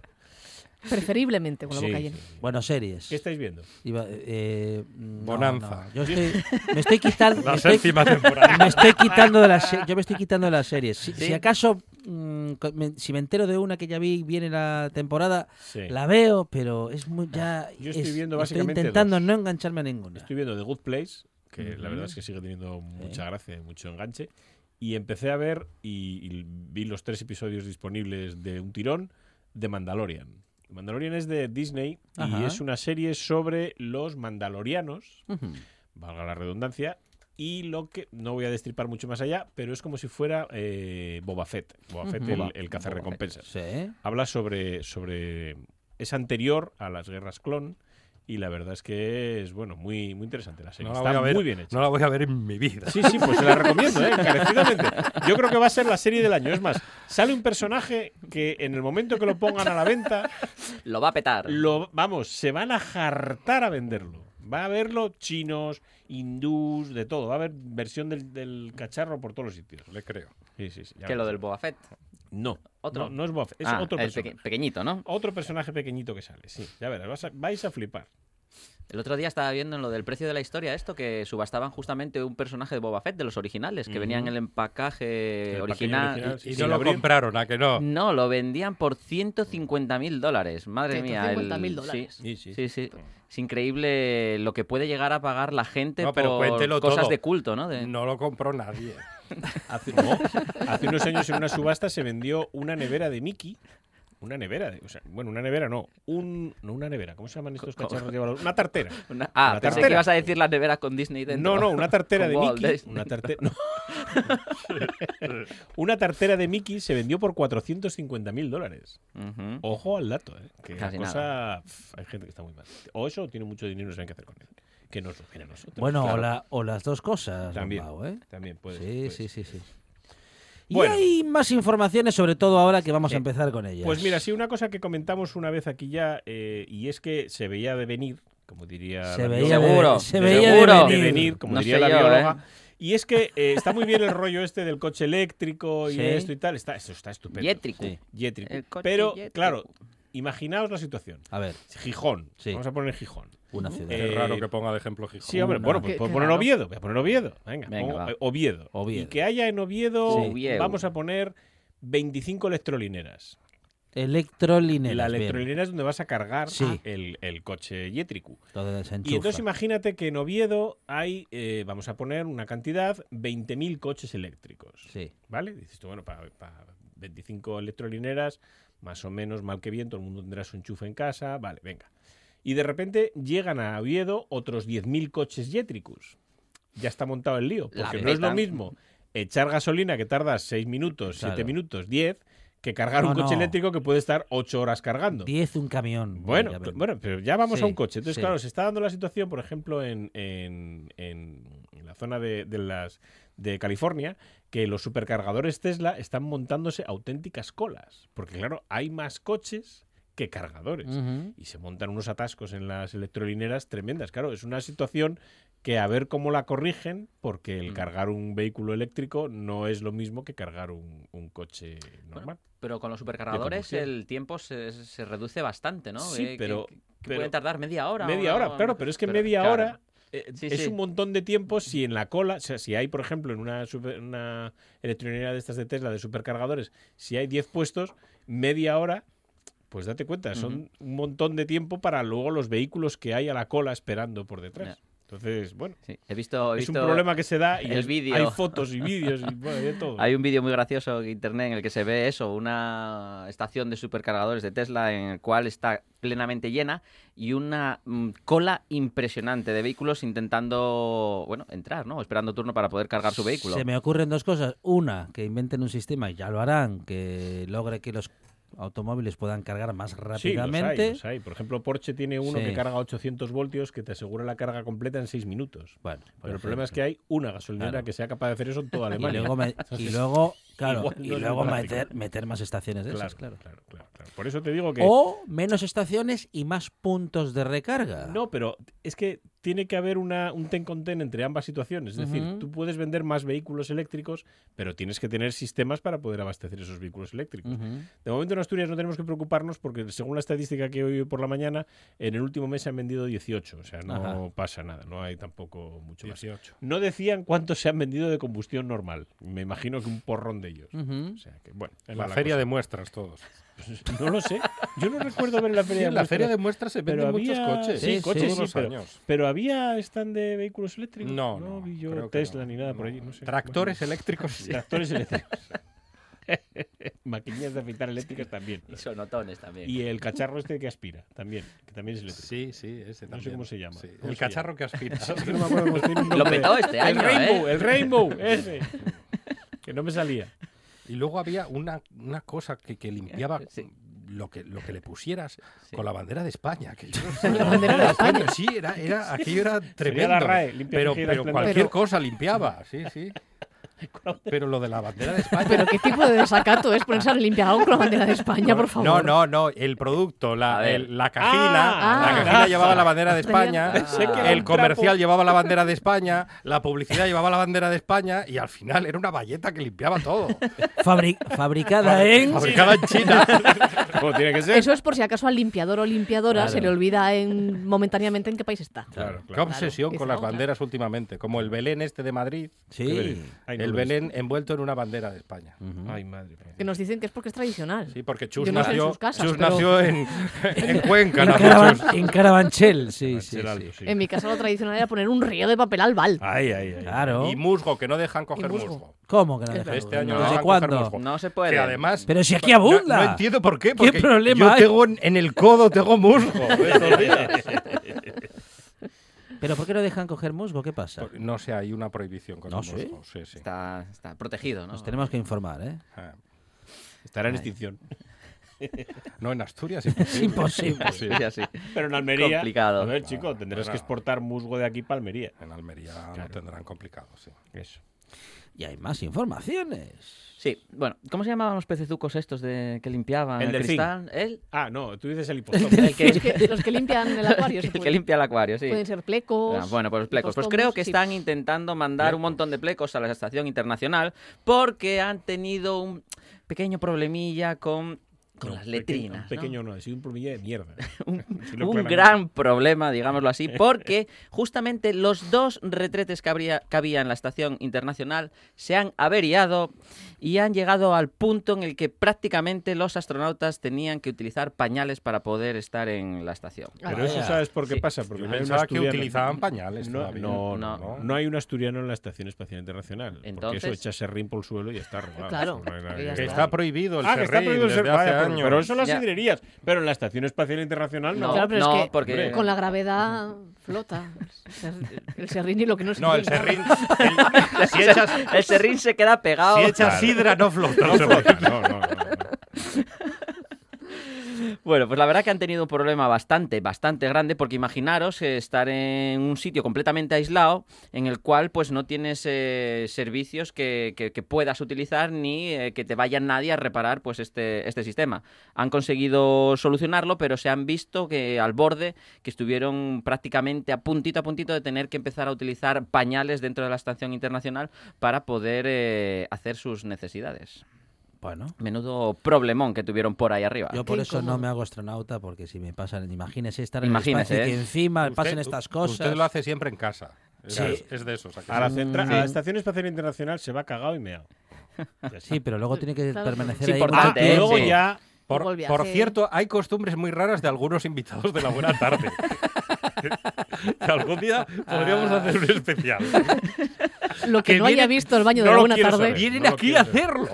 Speaker 3: Preferiblemente con la boca
Speaker 5: Sí,
Speaker 3: llena.
Speaker 5: sí, sí.
Speaker 2: Bueno, series.
Speaker 5: ¿qué estáis viendo?
Speaker 2: Iba- eh, no,
Speaker 6: Bonanza.
Speaker 2: no, Yo estoy, me estoy quitando.
Speaker 6: La
Speaker 2: me estoy-
Speaker 5: [LAUGHS]
Speaker 6: séptima temporada.
Speaker 2: Me estoy quitando de las se- yo me estoy quitando de las series. Si,
Speaker 4: Sí.
Speaker 2: si acaso mm, co- me- si me entero de una que ya vi viene la temporada,
Speaker 5: Sí. Ah,
Speaker 2: la veo, pero es muy ya
Speaker 5: Yo estoy
Speaker 2: es-
Speaker 5: viendo básicamente
Speaker 2: intentando
Speaker 5: dos.
Speaker 2: no engancharme a ninguna.
Speaker 5: Estoy viendo The Good Place, que la verdad es que sigue teniendo mucha gracia y mucho enganche. Y empecé a ver y, y vi los tres episodios disponibles de un tirón de Mandalorian. Mandalorian es de Disney y
Speaker 2: Ajá.
Speaker 5: es una serie sobre los mandalorianos, valga la redundancia, y lo que no voy a destripar mucho más allá, pero es como si fuera eh, Boba Fett, Boba Fett el, el cazarrecompensas
Speaker 2: Sí.
Speaker 5: habla sobre, sobre es anterior a las guerras clon y la verdad es que es bueno muy muy interesante la serie
Speaker 6: No la, voy
Speaker 5: está
Speaker 6: a ver,
Speaker 5: muy bien hecha
Speaker 6: no la voy a ver en mi vida.
Speaker 5: sí sí pues se la recomiendo ¿eh? encarecidamente yo creo que va a ser la serie del año es más sale un personaje que en el momento que lo pongan a la venta
Speaker 4: Lo va a petar.
Speaker 5: lo vamos se van a jartar a venderlo va a haberlo chinos hindús de todo va a haber versión del, del cacharro por todos los sitios
Speaker 6: Le creo.
Speaker 5: sí sí, sí ya
Speaker 4: Que lo
Speaker 5: verás.
Speaker 4: del Boba Fett.
Speaker 5: no
Speaker 4: Otro.
Speaker 5: no, no es Boba Fett, es
Speaker 4: Ah,
Speaker 5: otro
Speaker 4: el
Speaker 5: personaje.
Speaker 4: peque- pequeñito, ¿no?
Speaker 5: Otro personaje pequeñito que sale, sí. Ya verás, vas a- vais a flipar.
Speaker 4: El otro día estaba viendo en lo del precio de la historia esto que subastaban justamente un personaje de Boba Fett de los originales que venían en el empacaje
Speaker 5: El
Speaker 4: original.
Speaker 5: paquete Eh, original, sí,
Speaker 6: Y
Speaker 5: sí,
Speaker 6: no lo
Speaker 5: abrir.
Speaker 6: compraron, ¿a que no?
Speaker 4: No, lo vendían por 150 mil dólares. Madre mía. el-
Speaker 3: 150.000
Speaker 4: sí,
Speaker 3: dólares.
Speaker 5: Sí, sí.
Speaker 4: Sí, sí, Es increíble lo que puede llegar a pagar la gente
Speaker 6: No, pero
Speaker 4: por
Speaker 6: cuéntelo
Speaker 4: cosas
Speaker 6: todo.
Speaker 4: de culto, ¿no? De-
Speaker 6: No lo compró nadie.
Speaker 5: Hace, no, hace unos años en una subasta se vendió una nevera de Mickey. Una nevera, de- o sea, bueno, una nevera no, un, no una nevera, ¿cómo se llaman estos
Speaker 4: ¿Cómo?
Speaker 5: cacharros de valor?
Speaker 4: [LAUGHS]
Speaker 5: Una tartera.
Speaker 4: Una- ah,
Speaker 5: Una
Speaker 4: pensé que
Speaker 5: tartera.
Speaker 4: ibas a decir las neveras con Disney dentro.
Speaker 5: No, no, una tartera
Speaker 4: [LAUGHS] Con
Speaker 5: de
Speaker 4: Walt
Speaker 5: Mickey.
Speaker 4: Disney.
Speaker 5: Una, tarte-
Speaker 4: [LAUGHS]
Speaker 5: no. Una tartera de Mickey se vendió por 450 mil dólares.
Speaker 4: Ujú.
Speaker 5: Ojo al dato, ¿eh? que la
Speaker 4: Casi
Speaker 5: cosa.
Speaker 4: nada.
Speaker 5: pf, hay gente que está muy mal. O eso o tiene mucho dinero y no saben qué hacer con él. Que nos lo viene a nosotros.
Speaker 2: Bueno,
Speaker 5: Claro.
Speaker 2: o, la- o las dos cosas.
Speaker 5: También,
Speaker 2: Bombao, ¿eh?
Speaker 5: también puede
Speaker 2: sí,
Speaker 5: puede
Speaker 2: sí, sí, sí. Y
Speaker 5: Bueno.
Speaker 2: hay más informaciones, sobre todo ahora que vamos a empezar con ellas.
Speaker 5: Pues mira, sí, una cosa que comentamos una vez aquí ya, eh, y es que se veía de venir, como diría
Speaker 2: se
Speaker 5: la
Speaker 2: veía,
Speaker 5: bióloga,
Speaker 4: Seguro,
Speaker 2: de, se veía de
Speaker 4: seguro.
Speaker 5: de
Speaker 2: venir.
Speaker 5: venir, como
Speaker 4: No
Speaker 5: diría
Speaker 4: sé
Speaker 5: la
Speaker 2: ¿eh?
Speaker 4: yo,
Speaker 5: bióloga. Y es que eh, está muy bien el rollo este del coche eléctrico y
Speaker 2: Sí.
Speaker 5: esto y tal. Está, esto está estupendo.
Speaker 4: Yétrico.
Speaker 2: Sí.
Speaker 5: Yétrico.
Speaker 4: El coche
Speaker 5: Pero,
Speaker 4: yétrico.
Speaker 5: claro, imaginaos la situación.
Speaker 2: A ver,
Speaker 5: Gijón.
Speaker 2: Sí.
Speaker 5: Vamos a poner Gijón.
Speaker 2: una ciudad.
Speaker 5: Eh,
Speaker 6: Es raro que ponga de ejemplo Gijón.
Speaker 5: Sí, hombre,
Speaker 2: Una.
Speaker 5: bueno, pues
Speaker 3: Qué-
Speaker 5: puedo
Speaker 3: qué
Speaker 5: poner
Speaker 3: raro.
Speaker 5: Oviedo. Voy a poner Oviedo. Venga,
Speaker 4: Venga,
Speaker 5: pongo,
Speaker 4: va.
Speaker 5: eh, Oviedo.
Speaker 2: Oviedo.
Speaker 5: Y que haya en Oviedo,
Speaker 4: Sí.
Speaker 5: vamos a poner 25 electrolineras.
Speaker 2: Electrolinera.
Speaker 5: la electrolinera es donde vas a cargar
Speaker 2: Sí.
Speaker 5: el, el coche Yetricu. Y entonces imagínate que en Oviedo hay, eh, vamos a poner una cantidad, 20.000 coches eléctricos.
Speaker 2: Sí.
Speaker 5: ¿Vale? Dices tú, bueno, para 25 electrolineras, más o menos, mal que bien, todo el mundo tendrá su enchufe en casa, vale, venga. Y de repente llegan a Oviedo otros 10.000 coches yétricos. Ya está montado el lío,
Speaker 4: La
Speaker 5: porque no es lo
Speaker 4: petan.
Speaker 5: mismo echar gasolina que tardas 6 minutos, 7
Speaker 2: Claro.
Speaker 5: minutos, 10, que cargar
Speaker 2: No,
Speaker 5: un coche
Speaker 2: no.
Speaker 5: eléctrico que puede estar 8 horas cargando.
Speaker 2: 10 un camión.
Speaker 5: Bueno,
Speaker 2: prácticamente.
Speaker 5: cl- bueno, pero ya vamos a
Speaker 2: Sí,
Speaker 5: un coche. Entonces,
Speaker 2: sí.
Speaker 5: claro, se está dando la situación, por ejemplo, en, en- en- en la zona de, de las, de California, que los supercargadores Tesla están montándose auténticas colas. Porque, claro, hay más coches que cargadores.
Speaker 2: Ujú.
Speaker 5: Y se montan unos atascos en las electrolineras tremendas. Claro, es una situación que a ver cómo la corrigen, porque el cargar un vehículo eléctrico no es lo mismo que cargar un, un coche normal.
Speaker 4: Pero con los supercargadores
Speaker 5: combustión.
Speaker 4: el tiempo se, se reduce bastante, ¿no? Eh,
Speaker 5: Sí,
Speaker 4: que-
Speaker 5: pero-
Speaker 4: que- que
Speaker 5: pero-
Speaker 4: puede tardar media hora.
Speaker 5: Media
Speaker 4: o-
Speaker 5: hora, claro, pero es que media
Speaker 4: claro.
Speaker 5: hora eh,
Speaker 4: Sí,
Speaker 5: es
Speaker 4: sí.
Speaker 5: un montón de tiempo si en la cola, o sea, si hay, por ejemplo, en una, super- una electronera de estas de Tesla de supercargadores, si hay 10 puestos, media hora, pues date cuenta, son un montón de tiempo para luego los vehículos que hay a la cola esperando por detrás. Entonces, bueno,
Speaker 4: Sí, he visto, he
Speaker 5: es un
Speaker 4: visto-
Speaker 5: problema que se da y
Speaker 4: el
Speaker 5: es-
Speaker 4: vídeo.
Speaker 5: hay fotos y vídeos y bueno, hay de todo.
Speaker 4: [LAUGHS] Hay un vídeo muy gracioso en internet en el que se ve eso, una estación de supercargadores de Tesla en el cual está plenamente llena y una mm, cola impresionante de vehículos intentando, bueno, entrar, ¿no? Esperando turno para poder cargar su vehículo.
Speaker 2: Se me ocurren dos cosas. Una, que inventen un sistema, y ya lo harán, que logre que los automóviles puedan cargar más
Speaker 5: Sí, los hay,
Speaker 2: rápidamente.
Speaker 5: los hay. Por ejemplo, Porsche tiene uno
Speaker 2: Sí.
Speaker 5: que carga 800 voltios que te asegura la carga completa en 6 minutos.
Speaker 2: Bueno, por
Speaker 5: Pero el problema es que
Speaker 2: ejemplo.
Speaker 5: hay una gasolinera
Speaker 2: Claro.
Speaker 5: que sea capaz de hacer eso en
Speaker 2: [LAUGHS]
Speaker 5: toda
Speaker 2: Y
Speaker 5: Alemania.
Speaker 2: luego, me-
Speaker 5: [LAUGHS]
Speaker 2: y
Speaker 5: Entonces,
Speaker 2: luego, claro,
Speaker 5: igual no
Speaker 2: y
Speaker 5: es muy
Speaker 2: luego
Speaker 5: práctico.
Speaker 2: meter, meter más estaciones de
Speaker 5: claro,
Speaker 2: esas, claro.
Speaker 5: claro, claro, claro. Por eso te digo que
Speaker 2: O menos estaciones y más puntos de recarga.
Speaker 5: no, pero es que tiene que haber una, un ten con ten entre ambas situaciones. Es
Speaker 2: Ujú.
Speaker 5: decir, tú puedes vender más vehículos eléctricos, pero tienes que tener sistemas para poder abastecer esos vehículos eléctricos.
Speaker 2: Ujú.
Speaker 5: De momento en Asturias no tenemos que preocuparnos porque según la estadística que hoy por la mañana, en el último mes se han vendido 18. O sea, no
Speaker 2: Ajá.
Speaker 5: pasa nada, no hay tampoco mucho más. No decían cuántos se han vendido de combustión normal. Me imagino que un porrón de ellos.
Speaker 2: Ujú.
Speaker 5: [LAUGHS] O sea que, bueno,
Speaker 6: En
Speaker 5: va
Speaker 6: la feria
Speaker 5: cosa.
Speaker 6: de muestras todos.
Speaker 5: [LAUGHS] No lo sé. Yo no recuerdo ver la feria
Speaker 6: Sí,
Speaker 5: de
Speaker 6: en la
Speaker 5: muestras,
Speaker 6: feria de muestras se
Speaker 5: pero
Speaker 6: venden muchos
Speaker 5: había-
Speaker 6: coches.
Speaker 5: Sí,
Speaker 2: Sí, sí.
Speaker 5: coches, sí,
Speaker 6: Todos los
Speaker 5: pero,
Speaker 6: años.
Speaker 5: pero había stand de vehículos eléctricos.
Speaker 6: No,
Speaker 5: no,
Speaker 6: no,
Speaker 5: vi yo
Speaker 6: creo que
Speaker 5: Tesla
Speaker 6: no.
Speaker 5: ni nada por
Speaker 6: No.
Speaker 5: allí. No sé.
Speaker 6: Tractores
Speaker 5: Bueno, [LAUGHS]
Speaker 6: eléctricos. sí. [LAUGHS]
Speaker 5: Tractores eléctricos. [LAUGHS] Maquinillas de afeitar eléctricas también.
Speaker 4: Y sonotones también.
Speaker 5: Y el cacharro este que aspira, también, que también es eléctrico.
Speaker 6: [LAUGHS] Sí, sí, ese
Speaker 5: No sé
Speaker 6: también.
Speaker 5: cómo se llama.
Speaker 6: Sí,
Speaker 5: ¿Cómo
Speaker 6: El
Speaker 5: se
Speaker 6: cacharro [LAUGHS] que aspira.
Speaker 5: Es que no me acuerdo cómo tiene un
Speaker 4: Lo
Speaker 5: nombre.
Speaker 4: petó este año,
Speaker 5: El Rainbow,
Speaker 4: ¿eh?
Speaker 5: el Rainbow, ese. Que no me salía.
Speaker 6: Y luego había una, una cosa que,
Speaker 3: [LAUGHS]
Speaker 6: que limpiaba
Speaker 4: Sí.
Speaker 6: lo, que, lo que le pusieras
Speaker 4: Sí.
Speaker 6: con la bandera de España.
Speaker 3: [LAUGHS]
Speaker 6: Que yo-
Speaker 3: la bandera de España.
Speaker 6: Sí, era, era, aquello era tremendo.
Speaker 5: la RAE, limpia,
Speaker 6: pero
Speaker 5: vigila,
Speaker 6: pero
Speaker 5: esplendor.
Speaker 6: cualquier
Speaker 3: Pero-
Speaker 6: cosa limpiaba, sí, sí.
Speaker 3: [LAUGHS]
Speaker 6: Pero lo de la bandera de España...
Speaker 3: Pero qué tipo de desacato es ponerse a limpiar algo con la bandera de España, por favor.
Speaker 6: No, no, no, el producto,
Speaker 4: A
Speaker 6: la,
Speaker 4: ver.
Speaker 6: el- la cajina,
Speaker 3: Ah,
Speaker 6: la
Speaker 3: ah.
Speaker 6: cajina llevaba la bandera de España,
Speaker 4: Pensé que era
Speaker 6: el
Speaker 5: un
Speaker 6: comercial
Speaker 5: trapo.
Speaker 6: llevaba la bandera
Speaker 3: [LAUGHS]
Speaker 6: de España, la publicidad llevaba la bandera de España y al final era una valleta que limpiaba todo,
Speaker 2: Fabri- fabricada en...
Speaker 6: fabricada en China.
Speaker 5: ¿Cómo tiene que ser?
Speaker 3: Eso es por si acaso al limpiador o limpiadora
Speaker 2: Claro.
Speaker 3: se le olvida en, momentáneamente en qué país está.
Speaker 5: Claro,
Speaker 6: Qué
Speaker 5: claro.
Speaker 6: obsesión con
Speaker 3: Claro.
Speaker 6: las banderas últimamente, como el Belén este de Madrid,
Speaker 2: Sí.
Speaker 5: Ay, no
Speaker 6: el
Speaker 5: lo he
Speaker 6: Belén envuelto en una bandera de España.
Speaker 5: visto. Ay, madre. mía.
Speaker 3: Que nos dicen que es porque es tradicional.
Speaker 6: Sí, porque Chus
Speaker 3: Yo no sé en
Speaker 6: nació,
Speaker 3: sus casas,
Speaker 6: Chus
Speaker 3: pero-
Speaker 6: nació en, en Cuenca,
Speaker 2: En,
Speaker 6: nació
Speaker 2: Caraban-
Speaker 6: Chus.
Speaker 2: en Carabanchel, sí, sí,
Speaker 5: Será
Speaker 2: sí.
Speaker 5: algo, sí.
Speaker 3: En mi casa lo tradicional era poner un río de papel al
Speaker 4: Ah,
Speaker 3: [LAUGHS] bal.
Speaker 5: Ay, ay, ay.
Speaker 2: Claro.
Speaker 6: Y musgo, que no dejan coger
Speaker 3: musgo.
Speaker 6: musgo.
Speaker 2: ¿Cómo que no dejan
Speaker 6: Este
Speaker 2: musgo?
Speaker 6: año no
Speaker 2: ¿Desde
Speaker 6: van a coger
Speaker 2: cuándo?
Speaker 6: musgo.
Speaker 4: No se puede.
Speaker 6: Que además.
Speaker 2: Pero si aquí
Speaker 6: No-
Speaker 2: abunda.
Speaker 6: No, entiendo por qué. Porque
Speaker 2: problema
Speaker 6: Yo
Speaker 2: hay?
Speaker 6: tengo en, en el codo tengo musgo. estos días.
Speaker 2: ¿Pero por qué no dejan coger musgo? ¿Qué pasa?
Speaker 6: Por- no sé, hay una prohibición con
Speaker 2: No
Speaker 6: el
Speaker 2: sé.
Speaker 6: musgo. Sí, sí.
Speaker 4: Está, está protegido, ¿no?
Speaker 2: Nos tenemos que informar, ¿eh?
Speaker 6: Ah,
Speaker 5: Estará en
Speaker 6: [LAUGHS]
Speaker 5: extinción.
Speaker 6: No, en Asturias.
Speaker 2: Es [LAUGHS] imposible.
Speaker 4: Sí, sí, sí.
Speaker 5: Pero en Almería.
Speaker 4: Complicado.
Speaker 5: A ver, chico, tendrás que exportar musgo de aquí para Almería.
Speaker 6: En Almería lo tendrán complicado, sí.
Speaker 5: Eso.
Speaker 2: Y hay más informaciones.
Speaker 4: Sí, bueno, ¿cómo se llamaban los pecezucos estos de que limpiaban
Speaker 5: El
Speaker 4: el,
Speaker 5: delfín.
Speaker 4: cristal? El,
Speaker 5: Ah, no, tú dices el hipostoma.
Speaker 4: el que,
Speaker 5: [LAUGHS]
Speaker 3: Los que, los que limpian el acuario.
Speaker 4: [LAUGHS]
Speaker 3: se
Speaker 4: el que
Speaker 3: puede-
Speaker 4: limpia el acuario, sí.
Speaker 3: Pueden ser plecos.
Speaker 4: Ah, bueno, pues plecos. Pues
Speaker 3: hipostomos,
Speaker 4: creo que
Speaker 3: sí.
Speaker 4: están intentando mandar un montón de plecos a la estación internacional porque han tenido un pequeño problemilla con Con
Speaker 5: No,
Speaker 4: las
Speaker 5: peque-
Speaker 4: letrinas.
Speaker 5: Un
Speaker 4: ¿no?
Speaker 5: pequeño no, ha sido un problema de mierda. [LAUGHS] Decirlo
Speaker 4: [LAUGHS] un
Speaker 5: claramente.
Speaker 4: gran problema, digámoslo
Speaker 6: [LAUGHS]
Speaker 4: así, porque justamente los dos retretes que, habría- que había en la estación internacional se han averiado y han llegado al punto en el que prácticamente los astronautas tenían que utilizar pañales para poder estar en la estación.
Speaker 3: Ah,
Speaker 5: Pero eso
Speaker 2: vaya.
Speaker 5: sabes por qué
Speaker 4: Ah, Sí.
Speaker 5: pasa, porque
Speaker 6: Yo
Speaker 5: no hay un
Speaker 6: pensaba que
Speaker 5: asturiano-
Speaker 6: utilizaban pañales
Speaker 5: No,
Speaker 6: todavía.
Speaker 5: no, no,
Speaker 4: No.
Speaker 5: no. No hay un asturiano en la Estación Espacial Internacional. Porque
Speaker 4: Entonces-
Speaker 5: eso echa serrín por el suelo y está arreglado.
Speaker 3: Claro,
Speaker 5: No hay nada
Speaker 3: que ya
Speaker 6: Que
Speaker 5: ver.
Speaker 6: está prohibido el
Speaker 5: Ah, que está
Speaker 6: serrín
Speaker 5: prohibido el
Speaker 6: desde
Speaker 5: ser-
Speaker 6: hace
Speaker 5: vaya, pero-
Speaker 6: años.
Speaker 5: Pero eso en las
Speaker 4: Ya.
Speaker 5: sidrerías. Pero en la Estación Espacial Internacional no.
Speaker 4: No, [LAUGHS]
Speaker 3: Claro, pero es
Speaker 4: no,
Speaker 3: que
Speaker 4: porque-
Speaker 3: con la gravedad flota. El serrín y lo que no es
Speaker 6: No, [LAUGHS] el
Speaker 3: serrín.
Speaker 6: serrín. el- si echas,
Speaker 4: [LAUGHS] El serrín se queda pegado.
Speaker 6: si echas sidra, no flota.
Speaker 5: No, se vota, no, [LAUGHS] no, no, no.
Speaker 4: Bueno, pues la verdad que han tenido un problema bastante, bastante grande, porque imaginaros eh, estar en un sitio completamente aislado en el cual pues no tienes eh, servicios que, que- que puedas utilizar ni eh, que te vaya nadie a reparar pues este, este sistema. Han conseguido solucionarlo, pero se han visto que al borde que estuvieron prácticamente a puntito a puntito de tener que empezar a utilizar pañales dentro de la estación internacional para poder eh, hacer sus necesidades.
Speaker 2: Bueno.
Speaker 4: Menudo problemón que tuvieron por ahí arriba.
Speaker 2: Yo por
Speaker 3: Qué
Speaker 2: eso
Speaker 3: incómodo.
Speaker 2: no me hago astronauta, porque si me pasan, imagínese estar
Speaker 4: Imagínese,
Speaker 2: en el espacio y
Speaker 4: ¿eh?
Speaker 2: que encima
Speaker 6: Usted-
Speaker 2: pasen estas cosas.
Speaker 6: Usted lo hace siempre en casa. Es-
Speaker 2: Sí.
Speaker 6: Es de esos. ¿a que
Speaker 5: A la,
Speaker 6: sí?
Speaker 5: centra- a
Speaker 4: Sí.
Speaker 5: la Estación Espacial Internacional se va cagado
Speaker 4: [LAUGHS]
Speaker 5: y meado.
Speaker 2: Sí, pero luego tiene que
Speaker 3: Claro,
Speaker 2: permanecer
Speaker 4: sí.
Speaker 2: ahí.
Speaker 4: Importante,
Speaker 2: mucho
Speaker 4: ¿eh?
Speaker 2: tiempo.
Speaker 5: Ah, Luego
Speaker 4: Sí.
Speaker 5: ya
Speaker 6: Por,
Speaker 3: Volví a
Speaker 6: por
Speaker 3: hacer-
Speaker 6: cierto, hay costumbres muy raras de algunos invitados de la buena tarde. que [LAUGHS] algún día podríamos hacer un especial.
Speaker 3: Lo que,
Speaker 6: que
Speaker 3: no
Speaker 6: viene-
Speaker 3: haya visto el baño de
Speaker 5: no
Speaker 3: la
Speaker 5: lo
Speaker 3: buena
Speaker 5: quiero
Speaker 3: tarde.
Speaker 5: saber.
Speaker 6: Vienen
Speaker 5: no lo
Speaker 6: aquí
Speaker 5: quiero
Speaker 6: a
Speaker 5: saber.
Speaker 6: hacerlo.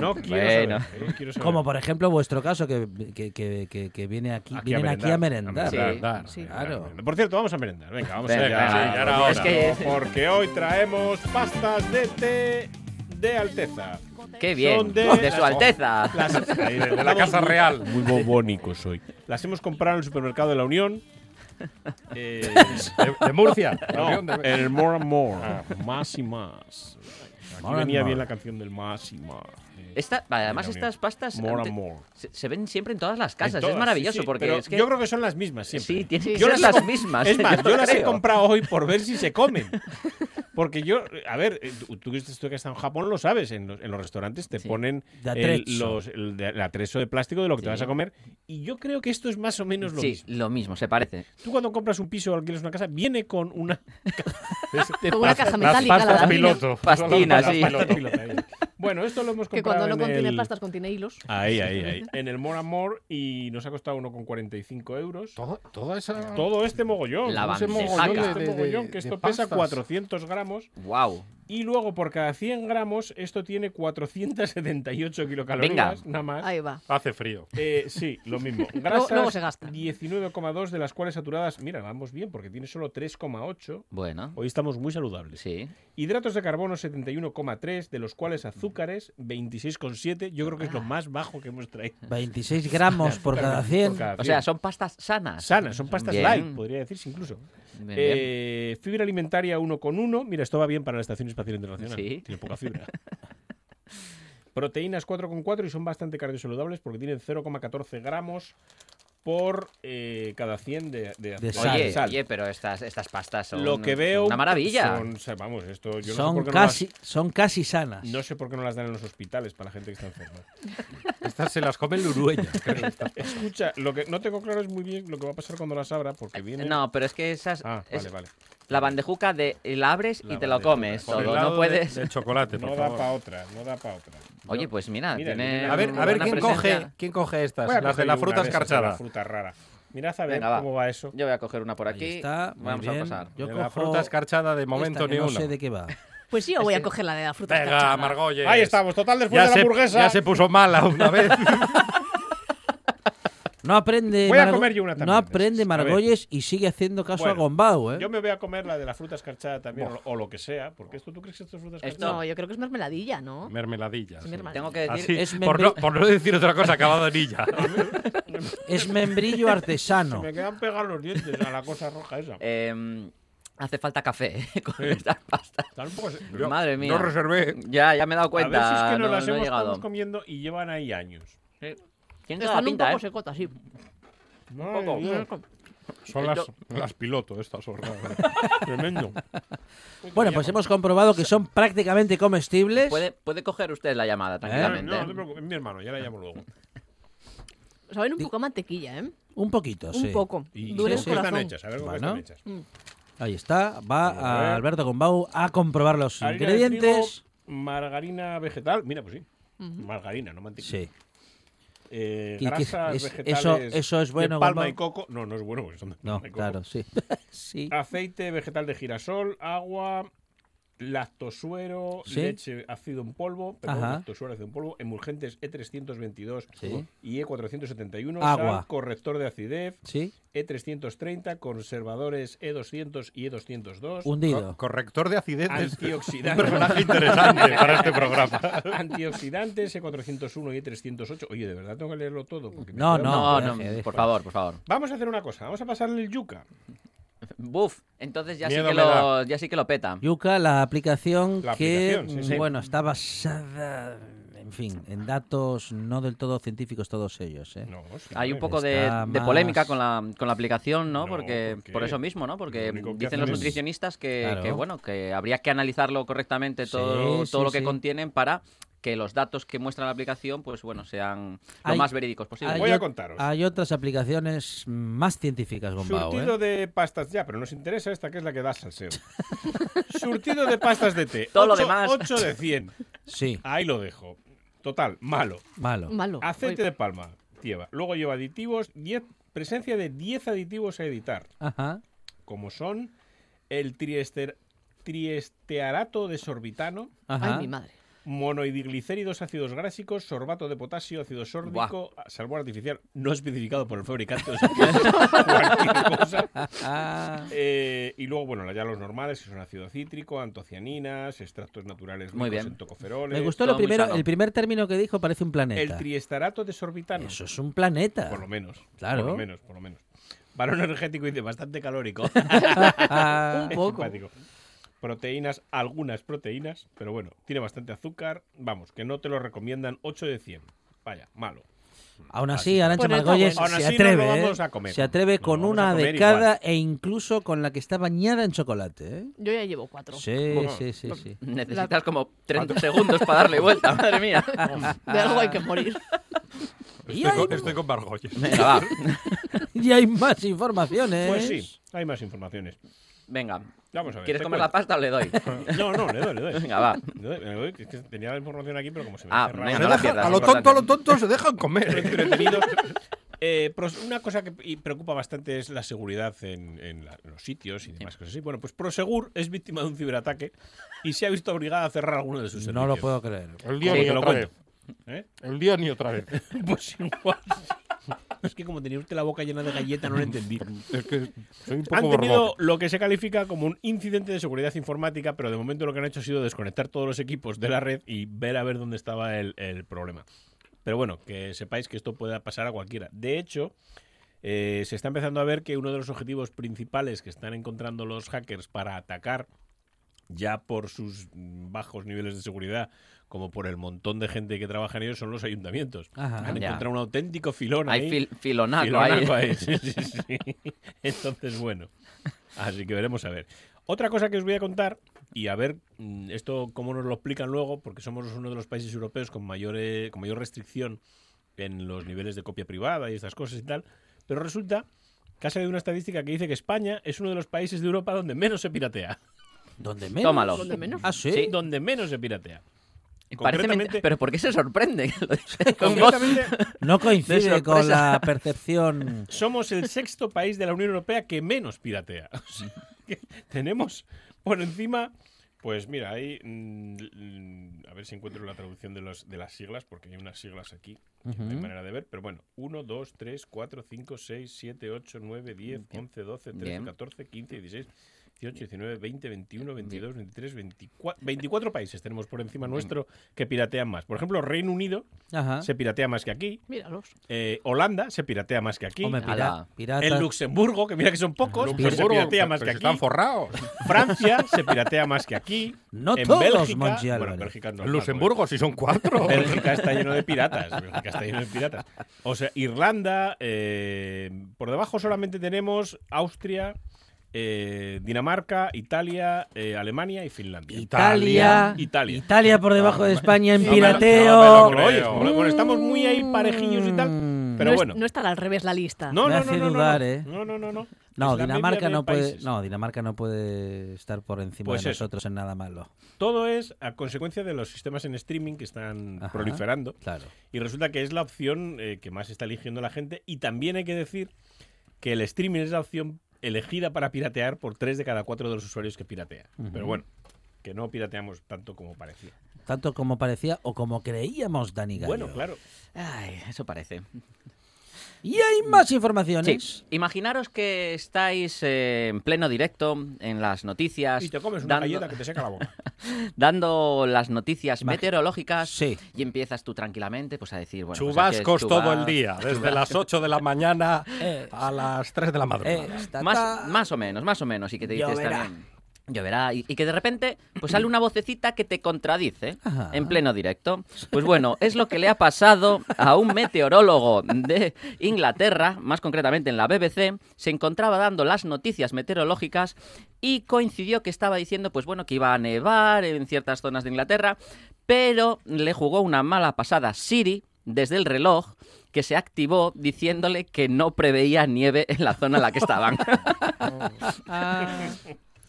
Speaker 5: no quiero
Speaker 4: Bueno.
Speaker 5: saber, no quiero saber.
Speaker 2: Como por ejemplo vuestro caso, que, que, que- que- que viene aquí,
Speaker 5: Aquí a
Speaker 2: vienen aquí a merendar.
Speaker 5: merendar.
Speaker 4: Sí.
Speaker 6: Claro.
Speaker 3: Sí.
Speaker 2: Claro.
Speaker 5: Por cierto, vamos a merendar. Venga, vamos
Speaker 4: Venga,
Speaker 5: allá.
Speaker 4: venga,
Speaker 5: Sí,
Speaker 4: ya
Speaker 5: ahora,
Speaker 4: era
Speaker 5: ahora.
Speaker 4: hora.
Speaker 5: Porque hoy traemos pastas de té de Alteza.
Speaker 4: ¡Qué bien!
Speaker 5: Son
Speaker 4: De,
Speaker 5: de-
Speaker 4: su Alteza. [LAUGHS]
Speaker 5: Las-
Speaker 6: De, de la Casa Real.
Speaker 5: [LAUGHS] Muy bobónicos hoy. Las hemos comprado en el supermercado de
Speaker 4: [LAUGHS]
Speaker 5: la Unión. Eh,
Speaker 6: De, de [LAUGHS] Murcia.
Speaker 5: no,
Speaker 6: Unión
Speaker 5: en
Speaker 6: de-
Speaker 5: el More and More.
Speaker 4: Ah.
Speaker 5: Más y más. Aquí
Speaker 2: More and
Speaker 5: venía
Speaker 2: more.
Speaker 5: bien la canción del más y más.
Speaker 4: Esta- vale, además,
Speaker 5: Mira, mira.
Speaker 4: estas pastas
Speaker 5: More
Speaker 4: ante-
Speaker 5: and more.
Speaker 4: Se, se ven siempre en todas las
Speaker 5: En
Speaker 4: casas.
Speaker 5: todas,
Speaker 4: es
Speaker 5: sí,
Speaker 4: maravilloso
Speaker 5: sí,
Speaker 4: porque
Speaker 5: pero
Speaker 4: es que.
Speaker 5: Yo creo que son las mismas siempre.
Speaker 4: Sí, tienen
Speaker 3: Sí,
Speaker 4: que
Speaker 3: yo
Speaker 4: ser
Speaker 5: las
Speaker 4: las
Speaker 5: com-
Speaker 4: mismas. [LAUGHS]
Speaker 5: Es más, yo, las he
Speaker 4: creo.
Speaker 5: comprado hoy por ver si se comen. [LAUGHS] Porque yo, a ver, eh, tú, tú que estás- tú que has estado en Japón lo sabes, en los, en los restaurantes te
Speaker 4: Sí.
Speaker 5: ponen
Speaker 2: De
Speaker 5: el,
Speaker 2: atrezo.
Speaker 5: los- el de- el atrezo de plástico de lo que te
Speaker 4: Sí.
Speaker 5: vas a comer. Y yo creo que esto es más o menos lo
Speaker 4: sí,
Speaker 5: mismo.
Speaker 4: lo mismo, se parece.
Speaker 5: Tú cuando compras un piso o alquiles una casa, viene con una [LAUGHS]
Speaker 6: [LAUGHS]
Speaker 3: Con una caja metálica,
Speaker 6: Las
Speaker 3: la de
Speaker 6: pastas
Speaker 3: aluminio,
Speaker 6: piloto.
Speaker 4: Pastina,
Speaker 6: Las
Speaker 4: sí.
Speaker 6: pastas piloto.
Speaker 5: pilota. ahí. Bueno, esto lo hemos
Speaker 3: que
Speaker 5: comprado
Speaker 3: cuando no
Speaker 5: en
Speaker 3: contiene
Speaker 5: el...
Speaker 3: pastas contiene hilos. [LAUGHS]
Speaker 5: Ahí, ahí, ahí. En el More and More y nos ha costado uno con 45 euros.
Speaker 6: Todo, toda esa...
Speaker 5: Todo este mogollón.
Speaker 4: La
Speaker 5: ese
Speaker 4: bandeja.
Speaker 5: mogollón,
Speaker 6: De-
Speaker 5: este
Speaker 6: de-
Speaker 5: mogollón,
Speaker 6: de-
Speaker 5: que
Speaker 6: de
Speaker 5: esto pesa
Speaker 6: pastas.
Speaker 5: 400 gramos.
Speaker 4: ¡Wow!
Speaker 5: Y luego, por cada 100 gramos, esto tiene 478 kilocalorías,
Speaker 4: Venga.
Speaker 5: nada más.
Speaker 3: Ahí va.
Speaker 6: Hace frío.
Speaker 5: Eh, sí,
Speaker 3: [LAUGHS]
Speaker 5: lo mismo.
Speaker 3: Luego-
Speaker 5: Grasas,
Speaker 3: luego se gasta.
Speaker 5: 19,2 de las cuales saturadas. Mira, vamos bien, porque tiene solo 3,8.
Speaker 4: Bueno,
Speaker 5: Hoy estamos muy saludables.
Speaker 4: sí.
Speaker 5: Hidratos de carbono 71,3, de los cuales azúcares 26,7. Yo creo que es
Speaker 3: Ah.
Speaker 5: lo más bajo que hemos traído.
Speaker 2: 26 gramos por cada 100.
Speaker 5: Por cada
Speaker 4: O sea,
Speaker 5: 100.
Speaker 4: son pastas sanas.
Speaker 5: sanas, son pastas
Speaker 4: Bien.
Speaker 5: light, podría decirse incluso.
Speaker 4: Bien, bien.
Speaker 5: Eh, fibra alimentaria 1,1. Mira, esto va bien para la Estación Espacial Internacional.
Speaker 4: Sí.
Speaker 5: Tiene
Speaker 4: [LAUGHS]
Speaker 5: poca fibra. Proteínas 4,4 y son bastante cardiosaludables porque tienen 0,14 gramos por eh, cada 100 de, de- de
Speaker 2: sal.
Speaker 4: oye,
Speaker 5: sal.
Speaker 4: oye, pero estas, estas pastas son.
Speaker 5: Lo que veo.
Speaker 4: Una maravilla.
Speaker 5: son- o sea, vamos, esto. Yo no sé
Speaker 2: son,
Speaker 5: por qué
Speaker 2: casi,
Speaker 5: No
Speaker 2: son casi sanas.
Speaker 5: las, no sé por qué no las dan en los hospitales para la gente que
Speaker 4: [LAUGHS]
Speaker 5: está enferma.
Speaker 6: Estas se las come el urueño. creo, estas.
Speaker 5: Escucha, lo que no tengo claro es muy bien lo que va a pasar cuando las abra porque viene.
Speaker 4: Eh, No, pero es que esas.
Speaker 5: Ah,
Speaker 4: es
Speaker 5: vale, vale.
Speaker 4: La bandejuca de la abres y
Speaker 5: La
Speaker 4: te lo
Speaker 5: bandejuca.
Speaker 4: comes
Speaker 6: Con
Speaker 4: todo.
Speaker 6: helado
Speaker 4: No
Speaker 6: de-
Speaker 4: puedes.
Speaker 6: De, chocolate, por
Speaker 5: No da
Speaker 6: favor.
Speaker 5: para otra, no da para otra.
Speaker 4: Oye, pues mira,
Speaker 5: Mira,
Speaker 4: tiene.
Speaker 6: A ver, a
Speaker 4: una
Speaker 6: ver
Speaker 4: buena
Speaker 6: quién
Speaker 4: presencia.
Speaker 6: coge, quién coge estas.
Speaker 5: Voy a
Speaker 6: Las de
Speaker 5: coger
Speaker 6: la
Speaker 5: una
Speaker 6: fruta
Speaker 5: de esas de La
Speaker 6: escarchada.
Speaker 5: fruta rara. Mirad a ver
Speaker 4: Venga, va.
Speaker 5: cómo va eso.
Speaker 4: Yo voy a coger una por
Speaker 2: Ahí
Speaker 4: aquí.
Speaker 2: está, muy
Speaker 4: Vamos a
Speaker 2: bien.
Speaker 4: pasar.
Speaker 2: Yo
Speaker 6: De la
Speaker 2: cojo
Speaker 6: fruta escarchada de momento
Speaker 2: esta que
Speaker 6: ni
Speaker 2: no
Speaker 6: una.
Speaker 2: sé de qué va.
Speaker 3: Pues sí, yo voy a coger la de la fruta.
Speaker 6: Venga,
Speaker 3: escarchada.
Speaker 6: Margolles.
Speaker 5: Ahí estamos, total, después
Speaker 6: Ya
Speaker 5: de la
Speaker 6: se,
Speaker 5: hamburguesa.
Speaker 6: ya se puso mala una [LAUGHS] vez.
Speaker 2: No aprende.
Speaker 5: Voy a
Speaker 2: Margo-
Speaker 5: comer yo una
Speaker 2: No
Speaker 5: también.
Speaker 2: aprende
Speaker 5: A ver.
Speaker 2: Margolles y sigue haciendo caso
Speaker 5: Bueno,
Speaker 2: a Gombau, ¿eh?
Speaker 5: Yo me voy a comer la de la fruta escarchada también, o lo- o lo que sea, porque esto tú crees que esto es fruta
Speaker 4: Esto-
Speaker 5: escarchada.
Speaker 3: No, yo creo que es mermeladilla, ¿no?
Speaker 6: Mermeladilla.
Speaker 3: Sí, mermeladilla.
Speaker 4: Tengo que decir.
Speaker 6: Así,
Speaker 2: Es
Speaker 6: por,
Speaker 2: membe-
Speaker 6: no, por no decir otra cosa, acabado en illa.
Speaker 5: [LAUGHS]
Speaker 2: Es membrillo
Speaker 5: Se
Speaker 2: artesano.
Speaker 5: me quedan pegados los dientes a la cosa roja esa.
Speaker 4: Eh, hace falta café [LAUGHS] eh, con estas pastas.
Speaker 5: Está un poco se-
Speaker 6: Yo-
Speaker 4: Madre mía.
Speaker 6: Yo reservé.
Speaker 4: Ya, ya me he dado
Speaker 5: a ver
Speaker 4: cuenta.
Speaker 5: si es
Speaker 4: no,
Speaker 5: que nos las
Speaker 4: no he
Speaker 5: hemos estamos
Speaker 4: llegado.
Speaker 5: comiendo y llevan ahí años.
Speaker 4: Tienen toda la
Speaker 3: Están un
Speaker 4: pinta,
Speaker 3: poco
Speaker 4: ¿eh?
Speaker 3: secotas, sí.
Speaker 5: Madre
Speaker 4: poco.
Speaker 5: mía,
Speaker 6: Son las, las piloto estas horneras.
Speaker 5: Tremendo.
Speaker 2: Bueno, pues hemos comprobado que son prácticamente comestibles.
Speaker 4: Puede, puede coger usted la llamada
Speaker 5: ¿Eh? No,
Speaker 4: tranquilamente.
Speaker 5: no, no te preocupes, es mi hermano, ya la llamo luego.
Speaker 3: Saben un
Speaker 2: Di-
Speaker 3: poco a mantequilla, ¿eh?
Speaker 2: Un poquito, sí.
Speaker 3: Un poco.
Speaker 5: ¿Y
Speaker 3: Dure
Speaker 5: con
Speaker 3: el
Speaker 2: sí,
Speaker 5: qué están
Speaker 3: corazón.
Speaker 5: hechas? A ver con qué
Speaker 2: Bueno.
Speaker 5: están hechas.
Speaker 2: Ahí está. Va
Speaker 5: Vamos a ver.
Speaker 2: a Alberto Gombau a comprobar los
Speaker 5: Harina de
Speaker 2: ingredientes.
Speaker 5: trigo, margarina vegetal. Mira, pues sí. Margarina, no mantequilla.
Speaker 2: Sí.
Speaker 5: Eh,
Speaker 2: Y que
Speaker 5: grasas
Speaker 2: es-
Speaker 5: vegetales.
Speaker 2: eso- eso es
Speaker 5: de
Speaker 2: bueno,
Speaker 5: Palma
Speaker 2: Gombau.
Speaker 5: y coco. No, no es bueno porque son de
Speaker 2: No,
Speaker 5: palma y coco.
Speaker 2: claro, sí. [LAUGHS] sí.
Speaker 5: Ah. Aceite vegetal de girasol, agua, lactosuero,
Speaker 2: Sí.
Speaker 5: leche ácido en polvo, perdón,
Speaker 2: Ajá.
Speaker 5: lactosuero ácido en polvo, emulgentes E322
Speaker 2: Sí.
Speaker 5: y E471,
Speaker 2: Agua.
Speaker 5: sal, corrector de acidez,
Speaker 2: Sí.
Speaker 5: E330, conservadores E200 y E E202.
Speaker 2: Hundido.
Speaker 6: corrector de acidez. es Un
Speaker 5: Antioxidantes.
Speaker 6: personaje interesante para
Speaker 4: [LAUGHS]
Speaker 6: este programa.
Speaker 5: Antioxidantes E401 y E308. Oye, de verdad tengo que leerlo todo. Porque me
Speaker 2: No,
Speaker 5: quedo-
Speaker 4: No, no,
Speaker 2: deje, deje.
Speaker 4: por favor, por favor.
Speaker 5: Vamos a hacer una cosa. Vamos a pasarle el yuca.
Speaker 4: Buf, entonces ya sí,
Speaker 6: Miedo
Speaker 4: que
Speaker 6: me
Speaker 4: lo, ya sí que lo peta.
Speaker 2: Yuca, la aplicación
Speaker 5: La
Speaker 2: que,
Speaker 5: aplicación, sí, sí.
Speaker 2: bueno, está basada, en fin, en datos no del todo científicos todos ellos, ¿eh?
Speaker 5: No, sí,
Speaker 4: Hay
Speaker 5: hombre,
Speaker 4: un poco
Speaker 2: Está
Speaker 4: de, de
Speaker 2: más-
Speaker 4: polémica con la, con la aplicación, ¿no?
Speaker 5: No,
Speaker 4: Porque
Speaker 5: ¿por qué?
Speaker 4: por eso mismo, ¿no? Porque
Speaker 5: Lo único que
Speaker 4: dicen
Speaker 5: hacen
Speaker 4: los
Speaker 5: es-
Speaker 4: nutricionistas que,
Speaker 2: Claro.
Speaker 4: que, bueno, que habría que analizarlo correctamente todo,
Speaker 2: Sí,
Speaker 4: todo
Speaker 2: sí,
Speaker 4: lo que
Speaker 2: sí.
Speaker 4: contienen para que los datos que muestra la aplicación, pues bueno, sean lo
Speaker 2: Hay-
Speaker 4: más verídicos posible.
Speaker 2: hay
Speaker 5: Voy a
Speaker 2: ot-
Speaker 5: contaros.
Speaker 2: Hay otras aplicaciones más científicas, Gombao,
Speaker 5: Surtido
Speaker 2: ¿eh?
Speaker 5: de pastas ya, pero nos interesa esta que es la que da salseo. [LAUGHS] Surtido de pastas de té.
Speaker 4: Todo lo
Speaker 5: Ocho-
Speaker 4: demás.
Speaker 5: ocho de 100.
Speaker 2: Sí,
Speaker 5: Ahí lo dejo. Total, malo.
Speaker 2: malo.
Speaker 5: Mm.
Speaker 3: Malo.
Speaker 5: Aceite
Speaker 3: Oye,
Speaker 5: de palma lleva. Luego lleva aditivos, 10 presencia de 10 aditivos a editar,
Speaker 2: Ajá.
Speaker 5: como son el triester, triestearato de sorbitano,
Speaker 2: Ajá.
Speaker 3: Ay, mi madre.
Speaker 5: monoidiglicéridos ácidos grásicos, sorbato de potasio, ácido sórdico, salvo artificial, no especificado por el fabricante, o sea, que es [LAUGHS] cualquier cosa.
Speaker 2: Ah,
Speaker 5: Eh, y luego, bueno, ya los normales, que son ácido cítrico, antocianinas, extractos naturales
Speaker 4: Muy
Speaker 5: ricos
Speaker 4: bien.
Speaker 5: en tocoferoles.
Speaker 2: me gustó
Speaker 4: todo
Speaker 2: lo
Speaker 4: muy
Speaker 2: primero,
Speaker 4: sano.
Speaker 2: el primer término que dijo parece un
Speaker 5: El
Speaker 2: planeta.
Speaker 5: triestarato de sorbitano.
Speaker 2: Eso es un planeta. [LAUGHS]
Speaker 5: Por lo menos.
Speaker 2: Claro.
Speaker 5: Por lo menos, por lo menos. Varón energético y de bastante calórico.
Speaker 2: [LAUGHS] Ah,
Speaker 5: Es simpático. Proteínas, algunas proteínas, pero bueno, tiene bastante azúcar. Vamos, que no te lo recomiendan 8 de 100. Vaya, malo.
Speaker 2: aún así, Arancha
Speaker 3: Bueno, está
Speaker 2: Margolles
Speaker 5: bueno. Aún
Speaker 2: se
Speaker 5: así no lo
Speaker 2: atreve, ¿eh?
Speaker 5: vamos a comer.
Speaker 2: Se atreve
Speaker 5: No lo
Speaker 2: con
Speaker 5: vamos a
Speaker 2: una
Speaker 5: comer
Speaker 2: de cada e incluso con la que está bañada en chocolate, ¿eh?
Speaker 3: Yo ya llevo cuatro.
Speaker 2: Sí,
Speaker 5: Bueno,
Speaker 2: sí, sí,
Speaker 5: [LAUGHS]
Speaker 2: sí. [LAUGHS]
Speaker 4: Necesitas como 30 segundos para darle vuelta, madre mía.
Speaker 5: [LAUGHS]
Speaker 3: De algo hay
Speaker 2: [LAUGHS]
Speaker 3: que morir.
Speaker 2: Y
Speaker 6: Estoy
Speaker 2: hay,
Speaker 6: con, estoy con Margolles.
Speaker 4: Venga, va.
Speaker 2: y hay más ¿eh? informaciones.
Speaker 5: Pues sí, hay más informaciones.
Speaker 4: Venga.
Speaker 5: Vamos a ver.
Speaker 4: ¿Quieres
Speaker 5: te
Speaker 4: comer la
Speaker 5: cuento.
Speaker 4: pasta o le doy?
Speaker 5: No, no, le doy, le doy.
Speaker 4: Venga, va.
Speaker 5: Le doy, le doy, que es que tenía la información aquí, pero como se me
Speaker 4: Ah,
Speaker 5: ha cerrado.
Speaker 4: venga,
Speaker 6: Se
Speaker 4: no la
Speaker 5: [LAUGHS]
Speaker 6: deja-
Speaker 4: pierdas,
Speaker 6: a lo
Speaker 4: es
Speaker 6: tonto, a lo
Speaker 4: importante.
Speaker 6: tonto se dejan comer.
Speaker 5: entretenidos. Eh, pros- una cosa que y preocupa bastante es la seguridad en, en la- en los sitios y demás cosas así. Bueno, pues Prosegur es víctima de un ciberataque y se ha visto obligada a cerrar alguno de sus
Speaker 2: No
Speaker 5: servicios.
Speaker 2: lo puedo creer.
Speaker 6: El
Speaker 5: Sí,
Speaker 6: día
Speaker 5: que
Speaker 6: ni
Speaker 5: lo
Speaker 6: otra vez.
Speaker 5: cuento. ¿Eh?
Speaker 6: El día ni otra vez.
Speaker 5: [LAUGHS] Pues igual. es que como tenía usted la boca llena de galleta no lo entendí.
Speaker 6: Es que soy un
Speaker 5: Han
Speaker 6: poco
Speaker 5: tenido
Speaker 6: borbote.
Speaker 5: lo que se califica como un incidente de seguridad informática, pero de momento lo que han hecho ha sido desconectar todos los equipos de la red y ver a ver dónde estaba el, el problema. Pero bueno, que sepáis que esto puede pasar a cualquiera. De hecho, eh, se está empezando a ver que uno de los objetivos principales que están encontrando los hackers para atacar, ya por sus mm, bajos niveles de seguridad, como por el montón de gente que trabaja en ellos, son los ayuntamientos.
Speaker 2: Ajá.
Speaker 5: han
Speaker 4: Ya.
Speaker 5: encontrado un auténtico filón
Speaker 4: Hay
Speaker 5: ahí.
Speaker 4: fil- filonaco ahí.
Speaker 5: Filonaco ahí, [LAUGHS] sí, sí, sí. Entonces, bueno. Así que veremos a ver. Otra cosa que os voy a contar, y a ver mm, esto cómo nos lo explican luego, porque somos uno de los países europeos con mayor, eh, con mayor restricción en los niveles de copia privada y estas cosas y tal, pero resulta que ha salido una estadística que dice que España es uno de los países de Europa donde menos se piratea.
Speaker 2: ¿Dónde menos?
Speaker 4: Tómalo.
Speaker 3: Donde menos.
Speaker 2: Ah, sí.
Speaker 5: Donde menos se piratea.
Speaker 4: Parece
Speaker 5: Concretamente-
Speaker 4: mentira, Pero ¿por qué se sorprende? [LAUGHS] que lo
Speaker 5: [LAUGHS]
Speaker 4: dice con voz?
Speaker 5: Concretamente,
Speaker 2: No
Speaker 4: De
Speaker 2: coincide
Speaker 4: sorpresa.
Speaker 2: con la
Speaker 5: [LAUGHS]
Speaker 2: percepción.
Speaker 5: somos el sexto país de la Unión Europea que menos piratea. O sea, que tenemos por encima, pues mira, ahí, mm, mm, a ver si encuentro la traducción de, los, de las siglas, porque hay unas siglas aquí, que no hay manera de ver, pero bueno, 1, 2, 3, 4, 5, 6, 7, 8, 9, 10, 11, 12, 13,
Speaker 4: Bien.
Speaker 5: 14, 15, 16. 18, 19, 20, 21, 22, 23, 24, 24 países tenemos por encima nuestro que piratean más. Por ejemplo, Reino Unido
Speaker 4: Ah.
Speaker 2: Ajá.
Speaker 5: se piratea más que aquí,
Speaker 3: Míralos.
Speaker 5: eh, Holanda se piratea más que aquí,
Speaker 2: Hombre, pira-
Speaker 4: Ala.
Speaker 2: pirata.
Speaker 5: en Luxemburgo, que mira que son pocos, pero se
Speaker 6: Luxemburgo,
Speaker 2: pues
Speaker 5: piratea más
Speaker 6: pero
Speaker 5: que
Speaker 6: si
Speaker 5: aquí. [LAUGHS]
Speaker 6: Están forrados.
Speaker 5: Francia se piratea más que aquí.
Speaker 2: No
Speaker 5: en
Speaker 2: todos,
Speaker 5: Bélgica,
Speaker 2: Monchi
Speaker 5: bueno,
Speaker 2: Álvarez.
Speaker 5: Bélgica no,
Speaker 6: En Luxemburgo, si son cuatro. [LAUGHS]
Speaker 5: claro. Bélgica está lleno de piratas. Bélgica está lleno de piratas. O sea, Irlanda, eh, por debajo solamente tenemos Austria, eh, Dinamarca, Italia, eh, Alemania y Finlandia.
Speaker 2: Italia.
Speaker 5: Italia.
Speaker 2: por debajo de España en
Speaker 6: No me lo- no me
Speaker 2: pirateo. Mm.
Speaker 6: lo
Speaker 5: Pero, oye,
Speaker 6: creo.
Speaker 5: como- bueno, estamos muy ahí parejillos y tal, Pero
Speaker 3: no, es-
Speaker 5: bueno.
Speaker 3: no estará al revés la lista.
Speaker 5: No,
Speaker 2: Me
Speaker 5: no,
Speaker 2: hace
Speaker 5: no, no, no,
Speaker 2: dudar,
Speaker 5: no.
Speaker 2: ¿eh?
Speaker 5: No, no, no,
Speaker 2: No,
Speaker 5: no. Es la media
Speaker 2: Dinamarca
Speaker 5: de
Speaker 2: no puede,
Speaker 5: países.
Speaker 2: no, Dinamarca no puede estar por encima
Speaker 5: Pues
Speaker 2: de
Speaker 5: eso.
Speaker 2: nosotros en nada malo.
Speaker 5: Todo es a consecuencia de los sistemas en streaming que están
Speaker 2: Ajá.
Speaker 5: proliferando.
Speaker 2: Claro.
Speaker 5: Y resulta que es la opción eh, que más está eligiendo la gente. Y también hay que decir que el streaming es la opción elegida para piratear por tres de cada cuatro de los usuarios que piratea. Pero bueno, que no pirateamos tanto como parecía.
Speaker 2: Tanto como parecía o como creíamos, Dani Gallo.
Speaker 5: Bueno, claro.
Speaker 4: Ay, eso parece.
Speaker 2: Y hay
Speaker 5: Mm.
Speaker 2: más
Speaker 4: Sí,
Speaker 2: informaciones.
Speaker 4: imaginaros que estáis eh, en pleno directo, en las noticias,
Speaker 5: Y te comes una
Speaker 4: dando,
Speaker 5: galleta que te seca la boca.
Speaker 4: dando las noticias
Speaker 2: Imagi-
Speaker 4: meteorológicas
Speaker 2: Sí.
Speaker 4: y empiezas tú tranquilamente pues a decir, bueno, pues aquí es
Speaker 6: Chubascos todo
Speaker 4: chubas-
Speaker 6: el día, desde las 8 de
Speaker 4: [LAUGHS]
Speaker 6: la mañana
Speaker 2: Eh,
Speaker 6: a las 3 de la
Speaker 2: eh,
Speaker 6: madrugada.
Speaker 2: está-
Speaker 4: Más, más o menos, más o menos. Y que te dices
Speaker 2: Lloverá.
Speaker 4: también. Lloverá. Y, y que de repente pues sale una vocecita que te contradice
Speaker 2: Ajá.
Speaker 4: en pleno directo. Pues bueno, es lo que le ha pasado a un meteorólogo de Inglaterra, más concretamente en la BBC. Se encontraba dando las noticias meteorológicas y coincidió que estaba diciendo, pues bueno, que iba a nevar en ciertas zonas de Inglaterra, pero le jugó una mala pasada Siri desde el reloj que se activó diciéndole que no preveía nieve en la zona en la que estaban.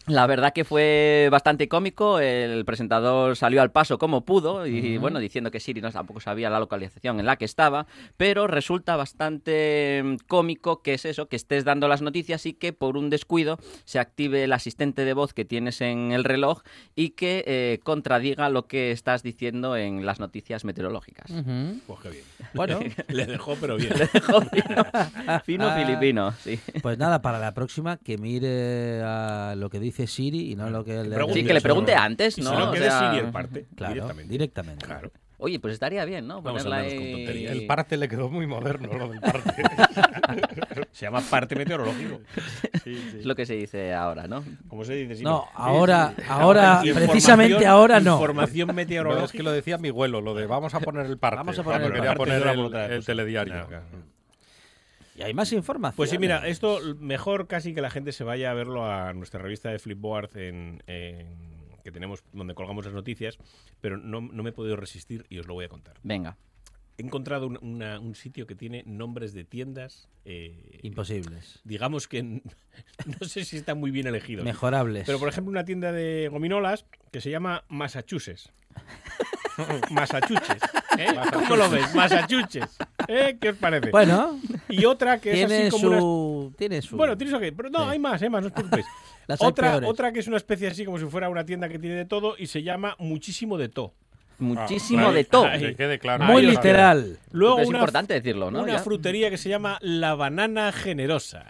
Speaker 4: La verdad que fue bastante cómico. El presentador salió al paso como pudo y bueno, diciendo que Siri no tampoco sabía la localización en la que estaba, pero resulta bastante mm, cómico que es eso, que estés dando las noticias y que por un descuido se active el asistente de voz que tienes en el reloj y que eh, contradiga lo que estás diciendo en las noticias meteorológicas. [LAUGHS]
Speaker 2: Ujú.
Speaker 5: Pues qué bien.
Speaker 2: Bueno,
Speaker 5: [LAUGHS] Le dejó, pero bien.
Speaker 4: Jodido. Fino
Speaker 2: Ah.
Speaker 4: filipino, sí.
Speaker 2: pues nada, para la próxima que mire a lo que dice Siri y no lo que le
Speaker 5: pregunte.
Speaker 4: Sí, que le pregunte
Speaker 5: sobre-
Speaker 4: antes,
Speaker 5: Y
Speaker 4: ¿no?
Speaker 5: se lo
Speaker 4: O
Speaker 5: quede
Speaker 4: sea,
Speaker 5: sin el parte.
Speaker 2: Claro,
Speaker 5: Directamente.
Speaker 2: directamente.
Speaker 5: Claro.
Speaker 4: Oye, pues estaría bien, ¿no?
Speaker 5: Vamos a
Speaker 4: Ponerla
Speaker 5: hablarnos con
Speaker 4: ahí-
Speaker 5: tonterías.
Speaker 6: El parte le quedó muy moderno, lo del parte.
Speaker 4: [LAUGHS]
Speaker 5: Se llama parte meteorológico. Sí,
Speaker 4: Es lo que se dice ahora, ¿no?
Speaker 5: Como se dice, sí,
Speaker 2: No,
Speaker 5: sí,
Speaker 2: ahora,
Speaker 5: sí.
Speaker 2: ahora,
Speaker 5: Información-
Speaker 2: precisamente ahora no.
Speaker 5: Información
Speaker 6: No, es que
Speaker 5: meteorológica.
Speaker 6: lo decía mi abuelo, lo de vamos a poner el parte.
Speaker 2: Vamos a poner
Speaker 6: cuando
Speaker 2: el
Speaker 6: quería
Speaker 5: parte,
Speaker 6: poner
Speaker 5: era
Speaker 6: el,
Speaker 5: por otra
Speaker 6: el
Speaker 5: cosa.
Speaker 6: telediario.
Speaker 5: No, claro.
Speaker 2: Y hay más información.
Speaker 5: Pues sí, mira, esto mejor casi que la gente se vaya a verlo a nuestra revista de Flipboard en, en- que tenemos donde colgamos las noticias, pero no, no me he podido resistir y os lo voy a contar.
Speaker 4: Venga.
Speaker 5: He encontrado un, una- un sitio que tiene nombres de tiendas, eh,
Speaker 2: Imposibles.
Speaker 5: digamos que [LAUGHS] n- no sé si está muy bien elegido.
Speaker 2: Mejorables.
Speaker 5: Pero por ejemplo una tienda de gominolas que se llama Massachusetts. Massachusetts. ¿eh? ¿Cómo lo ves? Massachusetts. ¿eh? ¿Qué os parece? [LAUGHS]
Speaker 2: Bueno,
Speaker 5: y otra que es
Speaker 2: tiene
Speaker 5: así como una
Speaker 2: su, tiene su.
Speaker 5: Bueno, tienes que. Pero no,
Speaker 2: Sí.
Speaker 5: hay más, hay más, no os preocupéis.
Speaker 2: Las hay
Speaker 5: otra,
Speaker 2: peores.
Speaker 5: otra que es una especie así como si fuera una tienda que tiene de todo y se llama Muchísimo de todo.
Speaker 4: Muchísimo
Speaker 6: claro.
Speaker 4: de todo.
Speaker 5: Ay,
Speaker 6: Ah, Que quede claro.
Speaker 2: Muy
Speaker 5: Ahí os
Speaker 2: literal.
Speaker 5: Luego
Speaker 4: Pero es
Speaker 5: una,
Speaker 4: importante decirlo, ¿no?
Speaker 5: una
Speaker 4: Ya.
Speaker 5: frutería que se llama La Banana Generosa.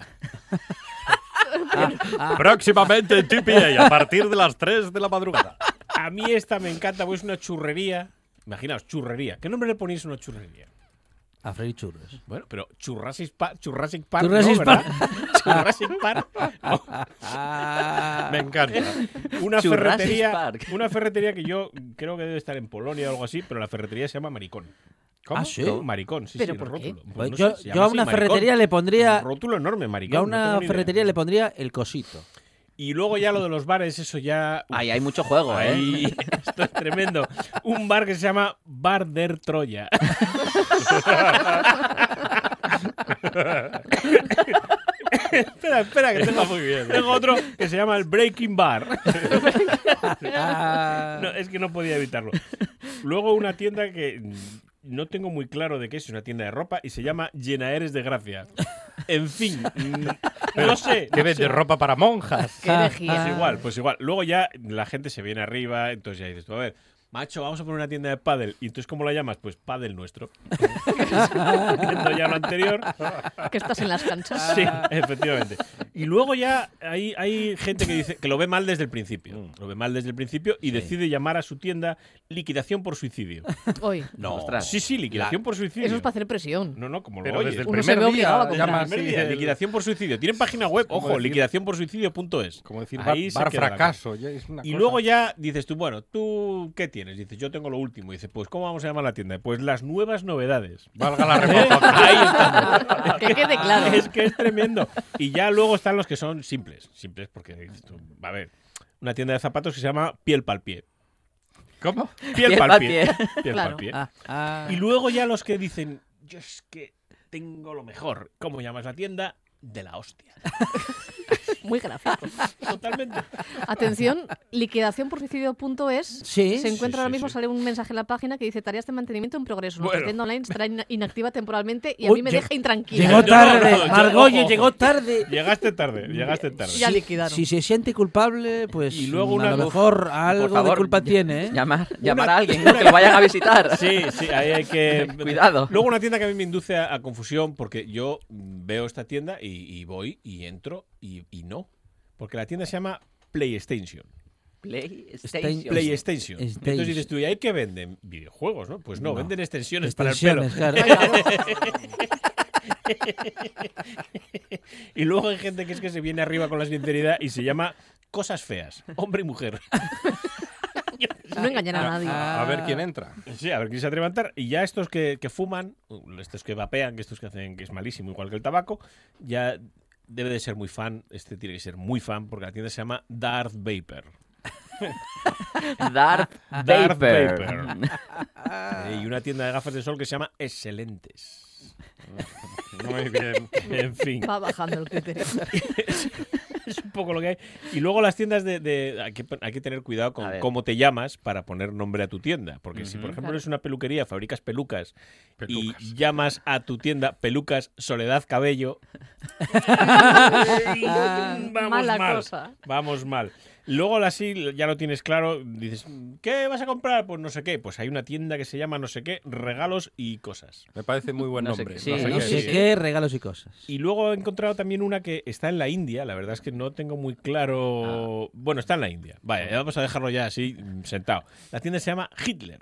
Speaker 6: Próximamente en TPA, a partir de las 3 de la madrugada.
Speaker 5: A mí esta me encanta, porque es una churrería. Imaginaos, churrería. ¿Qué nombre le ponéis a una churrería?
Speaker 2: A Freddy Churros.
Speaker 5: Bueno, pero Churrasic, Pa- Churrasic Park.
Speaker 2: Churrasic
Speaker 5: ¿no, [LAUGHS] ¿verdad? Churrasic Park. No. [LAUGHS]
Speaker 2: Ah,
Speaker 6: Me encanta.
Speaker 5: Una
Speaker 4: Churrasic
Speaker 5: ferretería,
Speaker 4: Park.
Speaker 5: una ferretería que yo creo que debe estar en Polonia o algo así, pero la ferretería se llama Maricón.
Speaker 2: ¿Ah, sí?
Speaker 5: No, Maricón, sí,
Speaker 3: ¿Pero
Speaker 5: sí,
Speaker 3: por
Speaker 5: el
Speaker 3: qué?
Speaker 5: rótulo.
Speaker 2: Pues
Speaker 5: no
Speaker 2: yo,
Speaker 5: sé, se
Speaker 2: yo
Speaker 5: llama
Speaker 2: a
Speaker 5: así,
Speaker 2: una
Speaker 5: Maricón.
Speaker 2: ferretería le pondría.
Speaker 5: Un rótulo enorme,
Speaker 2: Yo a
Speaker 5: Maricón. no
Speaker 2: una
Speaker 5: tengo ni idea.
Speaker 2: ferretería le pondría el cosito.
Speaker 5: Y luego ya lo de los bares, eso ya...
Speaker 2: Ah,
Speaker 4: Ay, hay mucho juego, ¿eh?
Speaker 5: Ahí, [LAUGHS] esto es tremendo. Un bar que se llama Bar der Troya. espera, espera, que tengo, tengo
Speaker 4: eh.
Speaker 5: otro que se llama el Breaking Bar.
Speaker 2: Ah,
Speaker 5: No, es que no podía evitarlo. Luego una tienda que mm, no tengo muy claro de qué es, es una tienda de ropa y se llama Llenaeres de Gracia. En fin, mm, no sé.
Speaker 6: Que
Speaker 5: no sé.
Speaker 6: vende ropa para monjas.
Speaker 3: Qué lejía.
Speaker 5: Pues igual, pues igual. Luego ya la gente se viene arriba, entonces ya dices tú, a ver, macho, vamos a poner una tienda de pádel. ¿Y entonces cómo la llamas? Pues pádel nuestro. [LAUGHS] Viendo ya lo anterior.
Speaker 3: Que estás en las canchas.
Speaker 5: [LAUGHS] Sí, efectivamente. Y luego ya hay, hay gente que dice que lo ve mal desde el
Speaker 6: Mm.
Speaker 5: principio. Lo ve mal desde el principio y decide llamar a su tienda liquidación por suicidio.
Speaker 3: Hoy.
Speaker 5: No,
Speaker 4: Ostras.
Speaker 5: sí, sí, liquidación por suicidio.
Speaker 3: Eso es para hacer presión.
Speaker 5: No, no, como lo
Speaker 6: Pero
Speaker 5: oyes.
Speaker 6: desde el
Speaker 3: Uno se
Speaker 6: primer
Speaker 3: ve obligado a
Speaker 6: día
Speaker 3: comprar.
Speaker 6: llama
Speaker 5: Primer
Speaker 6: así
Speaker 5: día,
Speaker 6: el-
Speaker 5: liquidación por suicidio. Tienen página web,
Speaker 6: ¿Cómo
Speaker 5: ojo,
Speaker 6: decir?
Speaker 5: liquidacionporsuicidio.es.
Speaker 6: Como decir, bar,
Speaker 5: Ahí se
Speaker 6: bar
Speaker 5: queda la cosa.
Speaker 6: fracaso. ya es una
Speaker 5: Y
Speaker 6: cosa-
Speaker 5: luego ya dices tú, bueno, ¿tú qué tienes? Dices, yo tengo lo último. Dices, pues, ¿cómo vamos a llamar la tienda? Pues las nuevas novedades.
Speaker 6: Valga la
Speaker 5: [LAUGHS]
Speaker 6: remofa.
Speaker 5: Ahí estamos.
Speaker 3: Que quede claro.
Speaker 5: Es que es tremendo. Y ya luego están los que son simples. Simples porque dices tú, a ver, una tienda de zapatos que se llama Piel pal pie.
Speaker 6: ¿Cómo?
Speaker 5: Piel
Speaker 4: Piel
Speaker 5: pal
Speaker 4: pal
Speaker 5: pie. Piel pal
Speaker 3: Claro.
Speaker 5: pie.
Speaker 2: ah, ah.
Speaker 5: Y luego ya los que dicen, yo es que tengo lo mejor. ¿Cómo llamas la tienda? De la hostia.
Speaker 3: Muy gráfico.
Speaker 5: Totalmente.
Speaker 3: Atención, liquidación por suicidio.es.
Speaker 2: Sí.
Speaker 3: Se encuentra
Speaker 5: sí,
Speaker 3: ahora
Speaker 5: sí,
Speaker 3: mismo,
Speaker 5: sí.
Speaker 3: sale un mensaje en la página que dice tareas de mantenimiento en progreso. Nuestra
Speaker 5: Bueno. Oh,
Speaker 3: tienda online estará in- inactiva temporalmente y a
Speaker 2: Uy,
Speaker 3: mí me
Speaker 2: lleg-
Speaker 3: deja intranquila.
Speaker 2: Llegó
Speaker 5: no,
Speaker 2: tarde,
Speaker 5: no, yo-
Speaker 2: Margollo,
Speaker 5: ojo.
Speaker 2: llegó tarde.
Speaker 5: Llegaste tarde, llegaste tarde.
Speaker 3: Ya liquidaron.
Speaker 2: Si se siente culpable, pues
Speaker 5: Y luego
Speaker 2: a
Speaker 5: una
Speaker 2: lo
Speaker 5: cosa-
Speaker 2: mejor algo
Speaker 4: Por favor,
Speaker 2: de culpa
Speaker 4: ll-
Speaker 2: tiene. ¿eh?
Speaker 4: Llamar, llamar a alguien, ¿no? que lo vayan a visitar.
Speaker 5: [LAUGHS] Sí, sí, ahí
Speaker 2: [LAUGHS]
Speaker 5: hay que.
Speaker 4: Cuidado.
Speaker 5: Luego una tienda que a mí me induce a, a confusión porque yo mm, veo esta tienda y, y voy y entro y, y no. Porque la tienda se llama PlayStation.
Speaker 4: PlayStation.
Speaker 2: Stain-
Speaker 5: PlayStation. Entonces dices
Speaker 2: Extension.
Speaker 5: tú, ¿y ahí qué venden? Videojuegos, ¿no? Pues no,
Speaker 2: No.
Speaker 5: venden extensiones, para el
Speaker 2: Extensiones,
Speaker 5: pelo. [LAUGHS]
Speaker 2: claro.
Speaker 5: Y luego hay gente que es que se viene arriba con la sinceridad y se llama cosas feas, hombre y mujer.
Speaker 3: No engañará a nadie.
Speaker 2: Ah.
Speaker 6: A ver quién entra.
Speaker 5: Sí, a ver quién se atreve a entrar. Y ya estos que, que fuman, uh, estos que vapean, que estos que hacen que es malísimo, igual que el tabaco, ya debe de ser muy fan. Este tiene que ser muy fan porque la tienda se llama Darth Vapor. [LAUGHS]
Speaker 4: Darth
Speaker 5: Darth
Speaker 4: Vader.
Speaker 5: Vader.
Speaker 4: [LAUGHS]
Speaker 5: Eh, y una tienda de gafas de sol que se llama Excelentes.
Speaker 6: Muy bien.
Speaker 5: En fin.
Speaker 3: Va bajando el criterio.
Speaker 5: es un poco lo que hay. Y luego las tiendas de... de- hay, que, pon- hay que tener cuidado
Speaker 4: A
Speaker 5: con
Speaker 4: ver.
Speaker 5: cómo te llamas para poner nombre a tu tienda. Porque si, por ejemplo, eres una peluquería, fabricas pelucas, y
Speaker 6: Pelucas.
Speaker 5: llamas a tu tienda Pelucas Soledad Cabello... [LAUGHS]
Speaker 3: [LAUGHS]
Speaker 5: Vamos
Speaker 3: Mala
Speaker 5: mal.
Speaker 3: cosa.
Speaker 5: Vamos mal. Luego ahora sí, ya lo tienes claro, dices, ¿qué vas a comprar? Pues no sé qué. Pues hay una tienda que se llama no sé qué, regalos y cosas.
Speaker 6: Me parece muy buen
Speaker 4: No sé
Speaker 6: nombre.
Speaker 4: qué- sí,
Speaker 2: No
Speaker 5: Sí,
Speaker 2: sé
Speaker 5: sí.
Speaker 2: qué, regalos y cosas.
Speaker 5: Y luego he encontrado también una que está en la India. La verdad es que no tengo muy claro. Bueno, está en la India. Vaya, ya vamos a dejarlo ya así mm, sentado. La tienda se llama Hitler.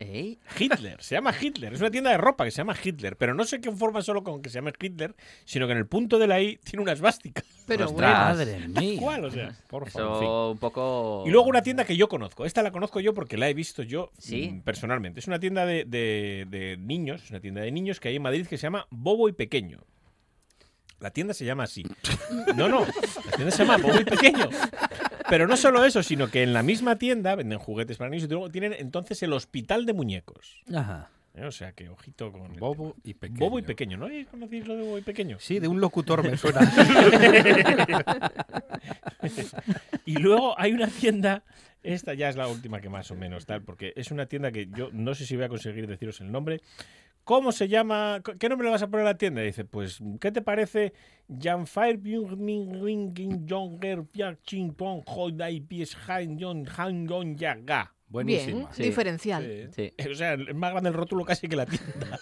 Speaker 4: ¿Eh?
Speaker 5: Hitler, se llama Hitler. Es una tienda de ropa que se llama Hitler. Pero no se conforma solo con que se llame Hitler, sino que en el punto de la I tiene una esvástica.
Speaker 3: Pero
Speaker 4: Ostras.
Speaker 3: bueno,
Speaker 2: Madre mía.
Speaker 5: ¿Cuál? O sea, por favor. en fin.
Speaker 4: Eso un poco.
Speaker 5: Y luego una tienda que yo conozco. Esta la conozco yo porque la he visto yo
Speaker 4: Sí.
Speaker 5: mm, personalmente. Es una tienda de, de- de niños, es una tienda de niños que hay en Madrid que se llama Bobo y Pequeño. La tienda se llama así. No, no, la tienda se llama Bobo y Pequeño. Pero no solo eso, sino que en la misma tienda venden juguetes para niños y luego tienen entonces el hospital de muñecos.
Speaker 2: Ajá.
Speaker 5: ¿Eh? O sea que ojito con... el
Speaker 6: Bobo y
Speaker 5: tema.
Speaker 6: pequeño.
Speaker 5: Bobo y Pequeño, ¿no? ¿Eh? ¿Conocéis lo de Bobo y
Speaker 6: [LAUGHS]
Speaker 5: Pequeño? [LAUGHS]
Speaker 6: Sí, de un locutor me suena.
Speaker 5: Y luego hay una tienda, esta ya es la última que más o menos tal, porque es una tienda que yo no sé si voy a conseguir deciros el nombre. ¿Cómo se llama? ¿Qué nombre le vas a poner a la tienda? Y dice, pues, ¿qué te parece? Jan Fire, Byung, Min, Ring, Ging, Jong, Ger, Piak, Chin, Pong, Hoi, Dai, Pies, Han, Yon, Han, Yon, Ya, Ga.
Speaker 3: bien,
Speaker 6: Buenísima.
Speaker 4: Sí.
Speaker 3: diferencial.
Speaker 4: Sí.
Speaker 5: O sea, es más grande el rótulo casi que la tienda.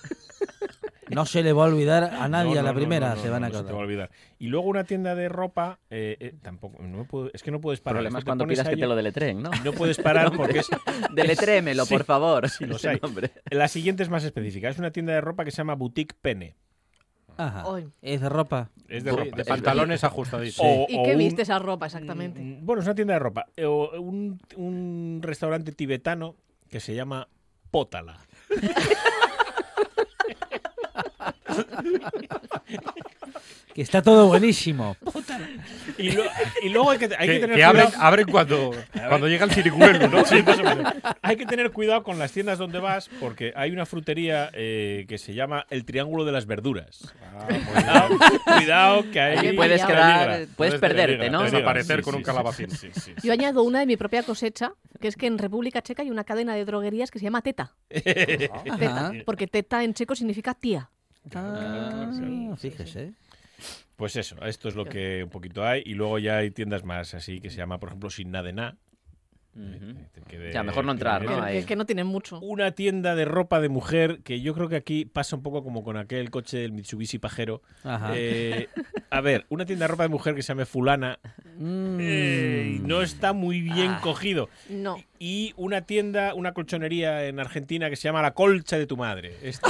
Speaker 2: No se le va a olvidar a nadie
Speaker 5: No,
Speaker 2: a
Speaker 5: no,
Speaker 2: la
Speaker 5: no,
Speaker 2: primera,
Speaker 5: no, no,
Speaker 2: se van
Speaker 5: no,
Speaker 2: a
Speaker 5: no se te va
Speaker 2: acordar.
Speaker 5: olvidar. Y luego una tienda de ropa, eh, eh, tampoco, no me puedo- es que no puedes parar.
Speaker 4: Problemas
Speaker 5: Te
Speaker 4: cuando
Speaker 5: pones
Speaker 4: pidas que
Speaker 5: ahí-
Speaker 4: te lo
Speaker 5: [LAUGHS]
Speaker 4: deletreen, ¿no? [LAUGHS]
Speaker 5: No puedes parar porque es,
Speaker 4: Deletrémelo,
Speaker 5: Sí,
Speaker 4: por favor.
Speaker 5: sí, los
Speaker 4: [LAUGHS] ese
Speaker 5: hay.
Speaker 4: nombre.
Speaker 5: La siguiente es más específica. Es una tienda de ropa que se llama Boutique Pene.
Speaker 2: Ajá.
Speaker 3: Hoy.
Speaker 2: Es de ropa.
Speaker 5: Es de
Speaker 6: Sí,
Speaker 5: ropa.
Speaker 6: de pantalones ajustadísimos.
Speaker 5: O-
Speaker 3: ¿Y
Speaker 5: o
Speaker 3: qué
Speaker 5: un-
Speaker 3: viste esa ropa exactamente?
Speaker 5: Mm, Bueno, es una tienda de ropa. Eh, O un, un restaurante tibetano que se llama Pótala.
Speaker 2: Que está todo buenísimo.
Speaker 5: Y, lo- y luego hay que, hay que tener
Speaker 6: que, que
Speaker 5: cuidado.
Speaker 6: abren, abren
Speaker 5: [LAUGHS]
Speaker 6: cuando, cuando llega el circuelo, ¿no?
Speaker 5: Sí, más o menos. Hay que tener cuidado con las tiendas donde vas porque hay una frutería eh, que se llama el Triángulo de las Verduras.
Speaker 6: Ah,
Speaker 5: Cuidado, cuidado que ahí
Speaker 3: Ahí
Speaker 4: Ah. puedes
Speaker 3: peligra.
Speaker 4: quedar, puedes
Speaker 6: Puedes
Speaker 4: perderte,
Speaker 5: peligra,
Speaker 4: ¿no?
Speaker 5: peligra.
Speaker 6: Desaparecer
Speaker 5: Sí,
Speaker 6: con
Speaker 5: sí,
Speaker 6: un
Speaker 5: sí,
Speaker 6: calabacín.
Speaker 5: sí, sí, sí, sí.
Speaker 3: Yo añado una de mi propia cosecha, que es que en República Checa hay una cadena de droguerías que se llama Teta. Teta,
Speaker 2: Ajá.
Speaker 3: porque teta en checo significa tía.
Speaker 2: Ah,
Speaker 5: claro.
Speaker 2: fíjese.
Speaker 5: [LAUGHS] Pues eso, esto es lo que un poquito hay. Y luego ya hay tiendas más así que se llama, por ejemplo, Sin Nada de Nada. eh,
Speaker 4: Ujú.
Speaker 5: Que de-
Speaker 4: O sea, mejor no
Speaker 5: que
Speaker 4: entrar,
Speaker 5: de-
Speaker 4: ¿no?
Speaker 3: que,
Speaker 4: ahí.
Speaker 3: que- que no tienen mucho.
Speaker 5: Una tienda de ropa de mujer que yo creo que aquí pasa un poco como con aquel coche del Mitsubishi pajero.
Speaker 2: Ajá.
Speaker 5: Eh, a ver, una tienda de ropa de mujer que se llame Fulana
Speaker 2: Mm.
Speaker 5: eh, no está muy bien cogido.
Speaker 3: No.
Speaker 5: Y una tienda, una colchonería en Argentina que se llama La Colcha de tu Madre. Esto-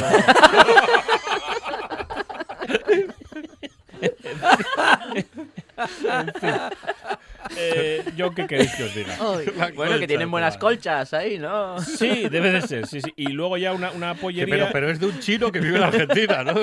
Speaker 5: En fin. [LAUGHS] Eh, yo qué queréis que os diga.
Speaker 3: Hoy.
Speaker 4: Bueno, que tienen buenas colchas ahí, ¿no?
Speaker 5: Sí, debe de ser. Sí, sí. Y luego ya una, una
Speaker 6: Sí,
Speaker 5: pollería.
Speaker 6: pero, pero es de un chino que vive en
Speaker 5: [LAUGHS]
Speaker 6: Argentina, ¿no?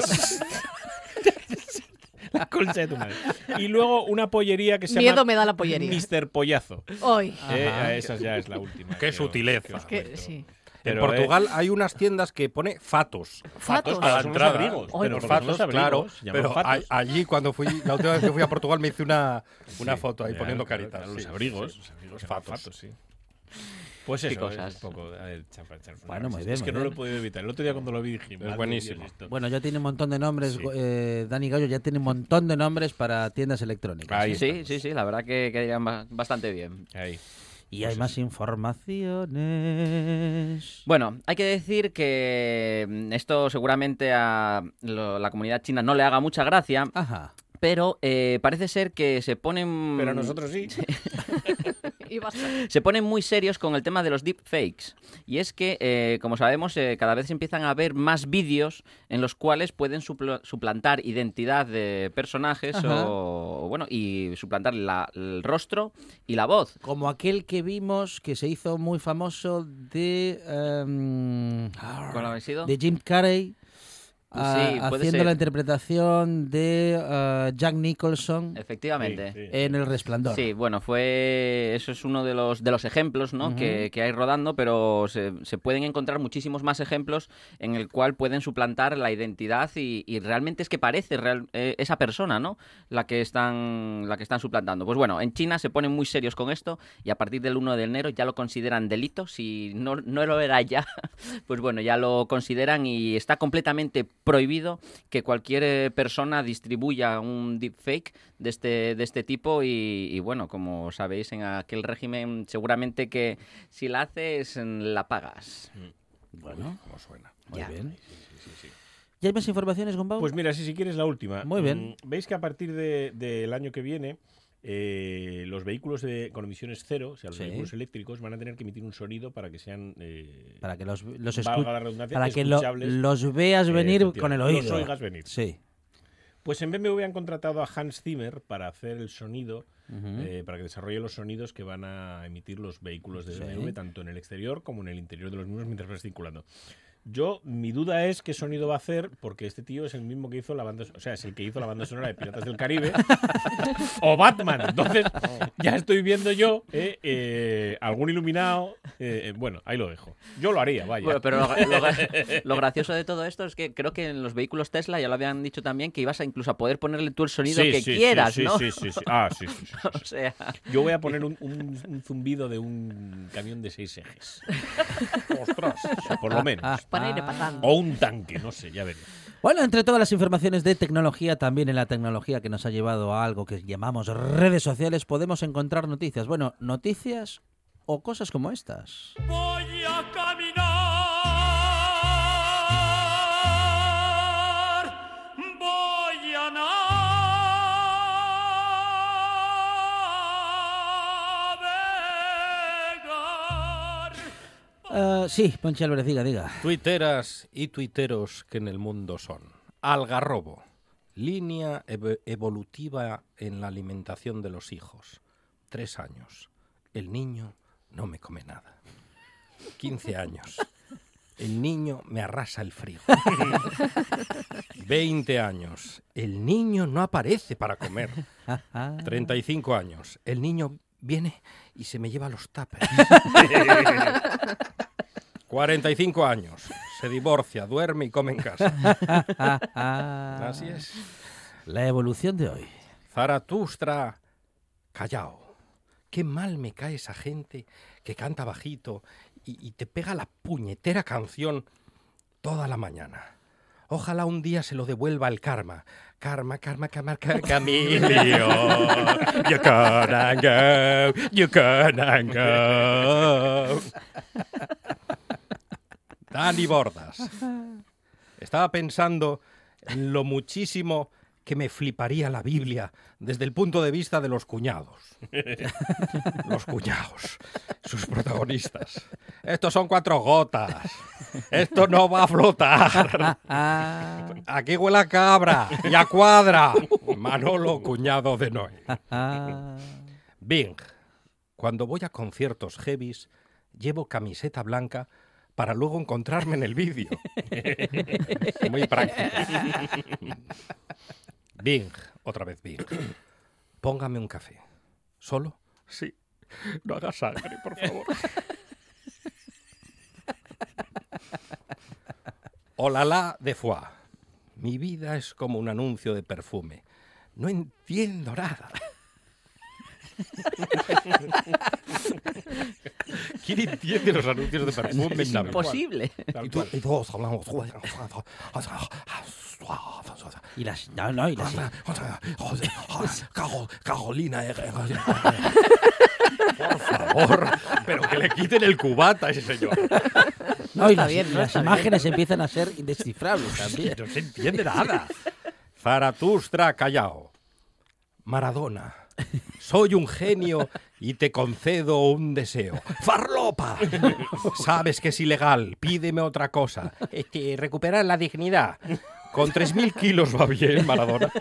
Speaker 5: La colcha de tu madre. Y luego una pollería que se
Speaker 3: Miedo
Speaker 5: llama
Speaker 3: me da la pollería.
Speaker 5: Mister Pollazo.
Speaker 3: Hoy.
Speaker 5: Eh, a esas ya es la última.
Speaker 6: Qué
Speaker 5: que os-
Speaker 6: sutileza.
Speaker 4: Ah,
Speaker 5: que os
Speaker 3: Que- [LAUGHS]
Speaker 5: cuento.
Speaker 3: sí.
Speaker 6: en
Speaker 5: Pero,
Speaker 6: Portugal hay unas tiendas que pone fatos.
Speaker 3: Fatos.
Speaker 5: a
Speaker 6: a
Speaker 5: Son
Speaker 6: la
Speaker 5: unos
Speaker 6: entrada.
Speaker 5: abrigos,
Speaker 6: Ay,
Speaker 5: pero
Speaker 6: los
Speaker 5: porque
Speaker 6: fatos,
Speaker 5: son los abrigos,
Speaker 6: claro.
Speaker 5: se llaman
Speaker 6: Pero
Speaker 5: fatos.
Speaker 6: a- allí cuando fui, la última vez que fui a Portugal me hice una, una foto ahí
Speaker 5: Ya,
Speaker 6: poniendo
Speaker 5: claro,
Speaker 6: caritas.
Speaker 5: claro,
Speaker 6: sí,
Speaker 5: los
Speaker 6: sí,
Speaker 5: abrigos,
Speaker 6: sí,
Speaker 5: los
Speaker 6: sí,
Speaker 5: abrigos
Speaker 6: los
Speaker 5: eran
Speaker 6: fatos.
Speaker 5: fatos, sí. Pues
Speaker 4: Qué
Speaker 5: eso,
Speaker 4: cosas.
Speaker 5: es un poco... a ver, chapa, chapa,
Speaker 2: Bueno, muy
Speaker 5: es
Speaker 2: bien,
Speaker 5: que
Speaker 2: muy
Speaker 5: no lo
Speaker 2: bien.
Speaker 5: he podido evitar. El otro día cuando lo vi dije... madre de
Speaker 6: buenísimo.
Speaker 5: Dios, esto.
Speaker 2: Bueno, ya tiene un montón de nombres.
Speaker 5: Sí.
Speaker 2: eh, Dani Gallo ya tiene un montón de nombres para tiendas electrónicas.
Speaker 5: Ahí
Speaker 4: Sí,
Speaker 5: estamos.
Speaker 4: sí, sí, la verdad que quedarían ba- bastante bien.
Speaker 5: Ahí.
Speaker 2: Y hay más informaciones.
Speaker 4: Bueno, hay que decir que mm, esto seguramente a lo- la comunidad china no le haga mucha gracia,
Speaker 2: Ajá.
Speaker 4: pero eh, parece ser que se ponen...
Speaker 5: Pero nosotros sí.
Speaker 2: Mm.
Speaker 3: Y basta.
Speaker 4: se ponen muy serios con el tema de los deepfakes. Y es que, eh, como sabemos, eh, cada vez empiezan a haber más vídeos en los cuales pueden supl- suplantar identidad de personajes
Speaker 2: Ajá.
Speaker 4: o, bueno, y suplantar la- el rostro y la voz.
Speaker 2: Como aquel que vimos que se hizo muy famoso de. em,
Speaker 4: ¿Cuál habrá sido?
Speaker 2: De Jim Carrey. ah,
Speaker 4: Sí, puede
Speaker 2: haciendo
Speaker 4: ser.
Speaker 2: la interpretación de ah, Jack Nicholson
Speaker 4: Efectivamente.
Speaker 5: Sí, sí.
Speaker 2: en El Resplandor.
Speaker 4: Sí, bueno, fue eso es uno de los de los ejemplos, ¿no? que, que hay rodando, pero se, se pueden encontrar muchísimos más ejemplos en el cual pueden suplantar la identidad y, y realmente es que parece real- eh, esa persona, ¿no? La que están la que están suplantando. Pues bueno, en China se ponen muy serios con esto y a partir del 1 de enero ya lo consideran delito. Si no no lo era ya, pues bueno, ya lo consideran y está completamente prohibido que cualquier eh, persona distribuya un deepfake de este, de este tipo y, y bueno, como sabéis, en aquel régimen seguramente que si la haces, mm, la pagas.
Speaker 2: Bueno,
Speaker 6: ¿Cómo suena?
Speaker 2: muy
Speaker 4: Ya.
Speaker 2: bien. ¿Y hay más informaciones, Gombau?
Speaker 5: Pues mira, si, si quieres la última.
Speaker 2: Muy bien.
Speaker 5: Mm, Veis que a partir de- del año que viene, eh, los vehículos de, con emisiones cero, o sea, los
Speaker 2: Sí.
Speaker 5: vehículos eléctricos, van a tener que emitir un sonido para que sean. eh,
Speaker 2: para que los, los escu-
Speaker 5: valga la redundancia,
Speaker 2: para que lo-
Speaker 5: escuchables.
Speaker 2: los veas
Speaker 5: Eh,
Speaker 2: venir
Speaker 5: efectivamente.
Speaker 2: con el oído.
Speaker 5: Los oigas venir.
Speaker 2: Sí.
Speaker 5: Pues en BMW han contratado a Hans Zimmer para hacer el sonido,
Speaker 2: Ujú.
Speaker 5: eh, para que desarrolle los sonidos que van a emitir los vehículos de
Speaker 2: Sí.
Speaker 5: BMW, tanto en el exterior como en el interior de los mismos mientras vas circulando. Yo, mi duda es qué sonido va a hacer, porque este tío es el mismo que hizo la banda, o sea, es el que hizo la banda sonora de Piratas
Speaker 4: [LAUGHS]
Speaker 5: del Caribe o Batman. Entonces,
Speaker 4: Oh.
Speaker 5: ya estoy viendo yo eh, eh, algún iluminado. eh, eh, bueno, ahí lo dejo. Yo lo haría, vaya.
Speaker 4: Bueno, pero lo, lo gra- lo gracioso de todo esto es que creo que en los vehículos Tesla ya lo habían dicho también que ibas a incluso a poder ponerle tú el sonido
Speaker 5: Sí,
Speaker 4: que
Speaker 5: sí, sí,
Speaker 4: quieras,
Speaker 5: sí,
Speaker 4: ¿no?
Speaker 5: sí, sí, sí. Ah, sí, sí, sí, sí.
Speaker 4: [LAUGHS] O sea,
Speaker 5: Yo voy a poner un, un- un zumbido de un camión de seis ejes. [LAUGHS] Ostras. Por lo menos.
Speaker 3: Para ir patando.
Speaker 5: O un tanque, no sé, ya veré.
Speaker 2: Bueno, entre todas las informaciones de tecnología, también en la tecnología que nos ha llevado a algo que llamamos redes sociales, podemos encontrar noticias. Bueno, noticias o cosas como estas.
Speaker 1: Voy a caminar, voy a navegar.
Speaker 2: Eh, sí, Ponche Álvarez, diga, diga.
Speaker 6: Tuiteras y tuiteros que en el mundo son. Algarrobo. Línea ev- evolutiva en la alimentación de los hijos. Tres años. El niño no me come nada. 15 años. El niño me arrasa el frío. 20 años. El niño no aparece para comer. 35 años. El niño viene y se me lleva los tapas. 45 años. Se divorcia, duerme y come en casa. Así es.
Speaker 2: La evolución de hoy.
Speaker 6: Zaratustra, callao. Qué mal me cae esa gente que canta bajito y, y te pega la puñetera canción toda la mañana. Ojalá un día se lo devuelva el karma. Karma, karma, karma, [LAUGHS] karma, chameleon. You gonna go, you gonna go. Dani Bordas. Estaba pensando en lo muchísimo que me fliparía la Biblia desde el punto de vista de los cuñados. Los cuñados, sus protagonistas. Estos son cuatro gotas. Esto no va a flotar. Aquí huele a cabra y a cuadra. Manolo, cuñado de Noé.
Speaker 2: Ah,
Speaker 6: Bing. Cuando voy a conciertos heavies, llevo camiseta blanca para luego encontrarme en el vídeo. Muy [LAUGHS] práctico. Bing. Otra vez Bing. Póngame un café. ¿Solo? [LAUGHS] Sí. No haga sangre, por favor. Olala de Foix. Mi vida es como un anuncio de perfume. No entiendo nada. [LAUGHS] ¿Quién entiende los anuncios de perfume en Navidad?
Speaker 4: Imposible.
Speaker 6: Y
Speaker 5: Tal
Speaker 6: tú-
Speaker 5: cual.
Speaker 6: y todos hablamos.
Speaker 2: Y las, no, no, y las,
Speaker 6: Carolina. Por favor, pero que le quiten el cubata a ese señor.
Speaker 2: no, y
Speaker 7: está
Speaker 2: las-
Speaker 7: bien,
Speaker 2: y
Speaker 7: no
Speaker 2: las
Speaker 7: está
Speaker 2: imágenes empiezan a ser
Speaker 5: [LAUGHS]
Speaker 2: indescifrables
Speaker 6: [LAUGHS]
Speaker 2: también.
Speaker 6: No se entiende nada. Zaratustra, callao. Maradona, soy un genio y te concedo un deseo. ¡Farlopa! Sabes que es ilegal, pídeme otra cosa. Este, recuperar la dignidad. Con 3.000 kilos va bien, Maradona.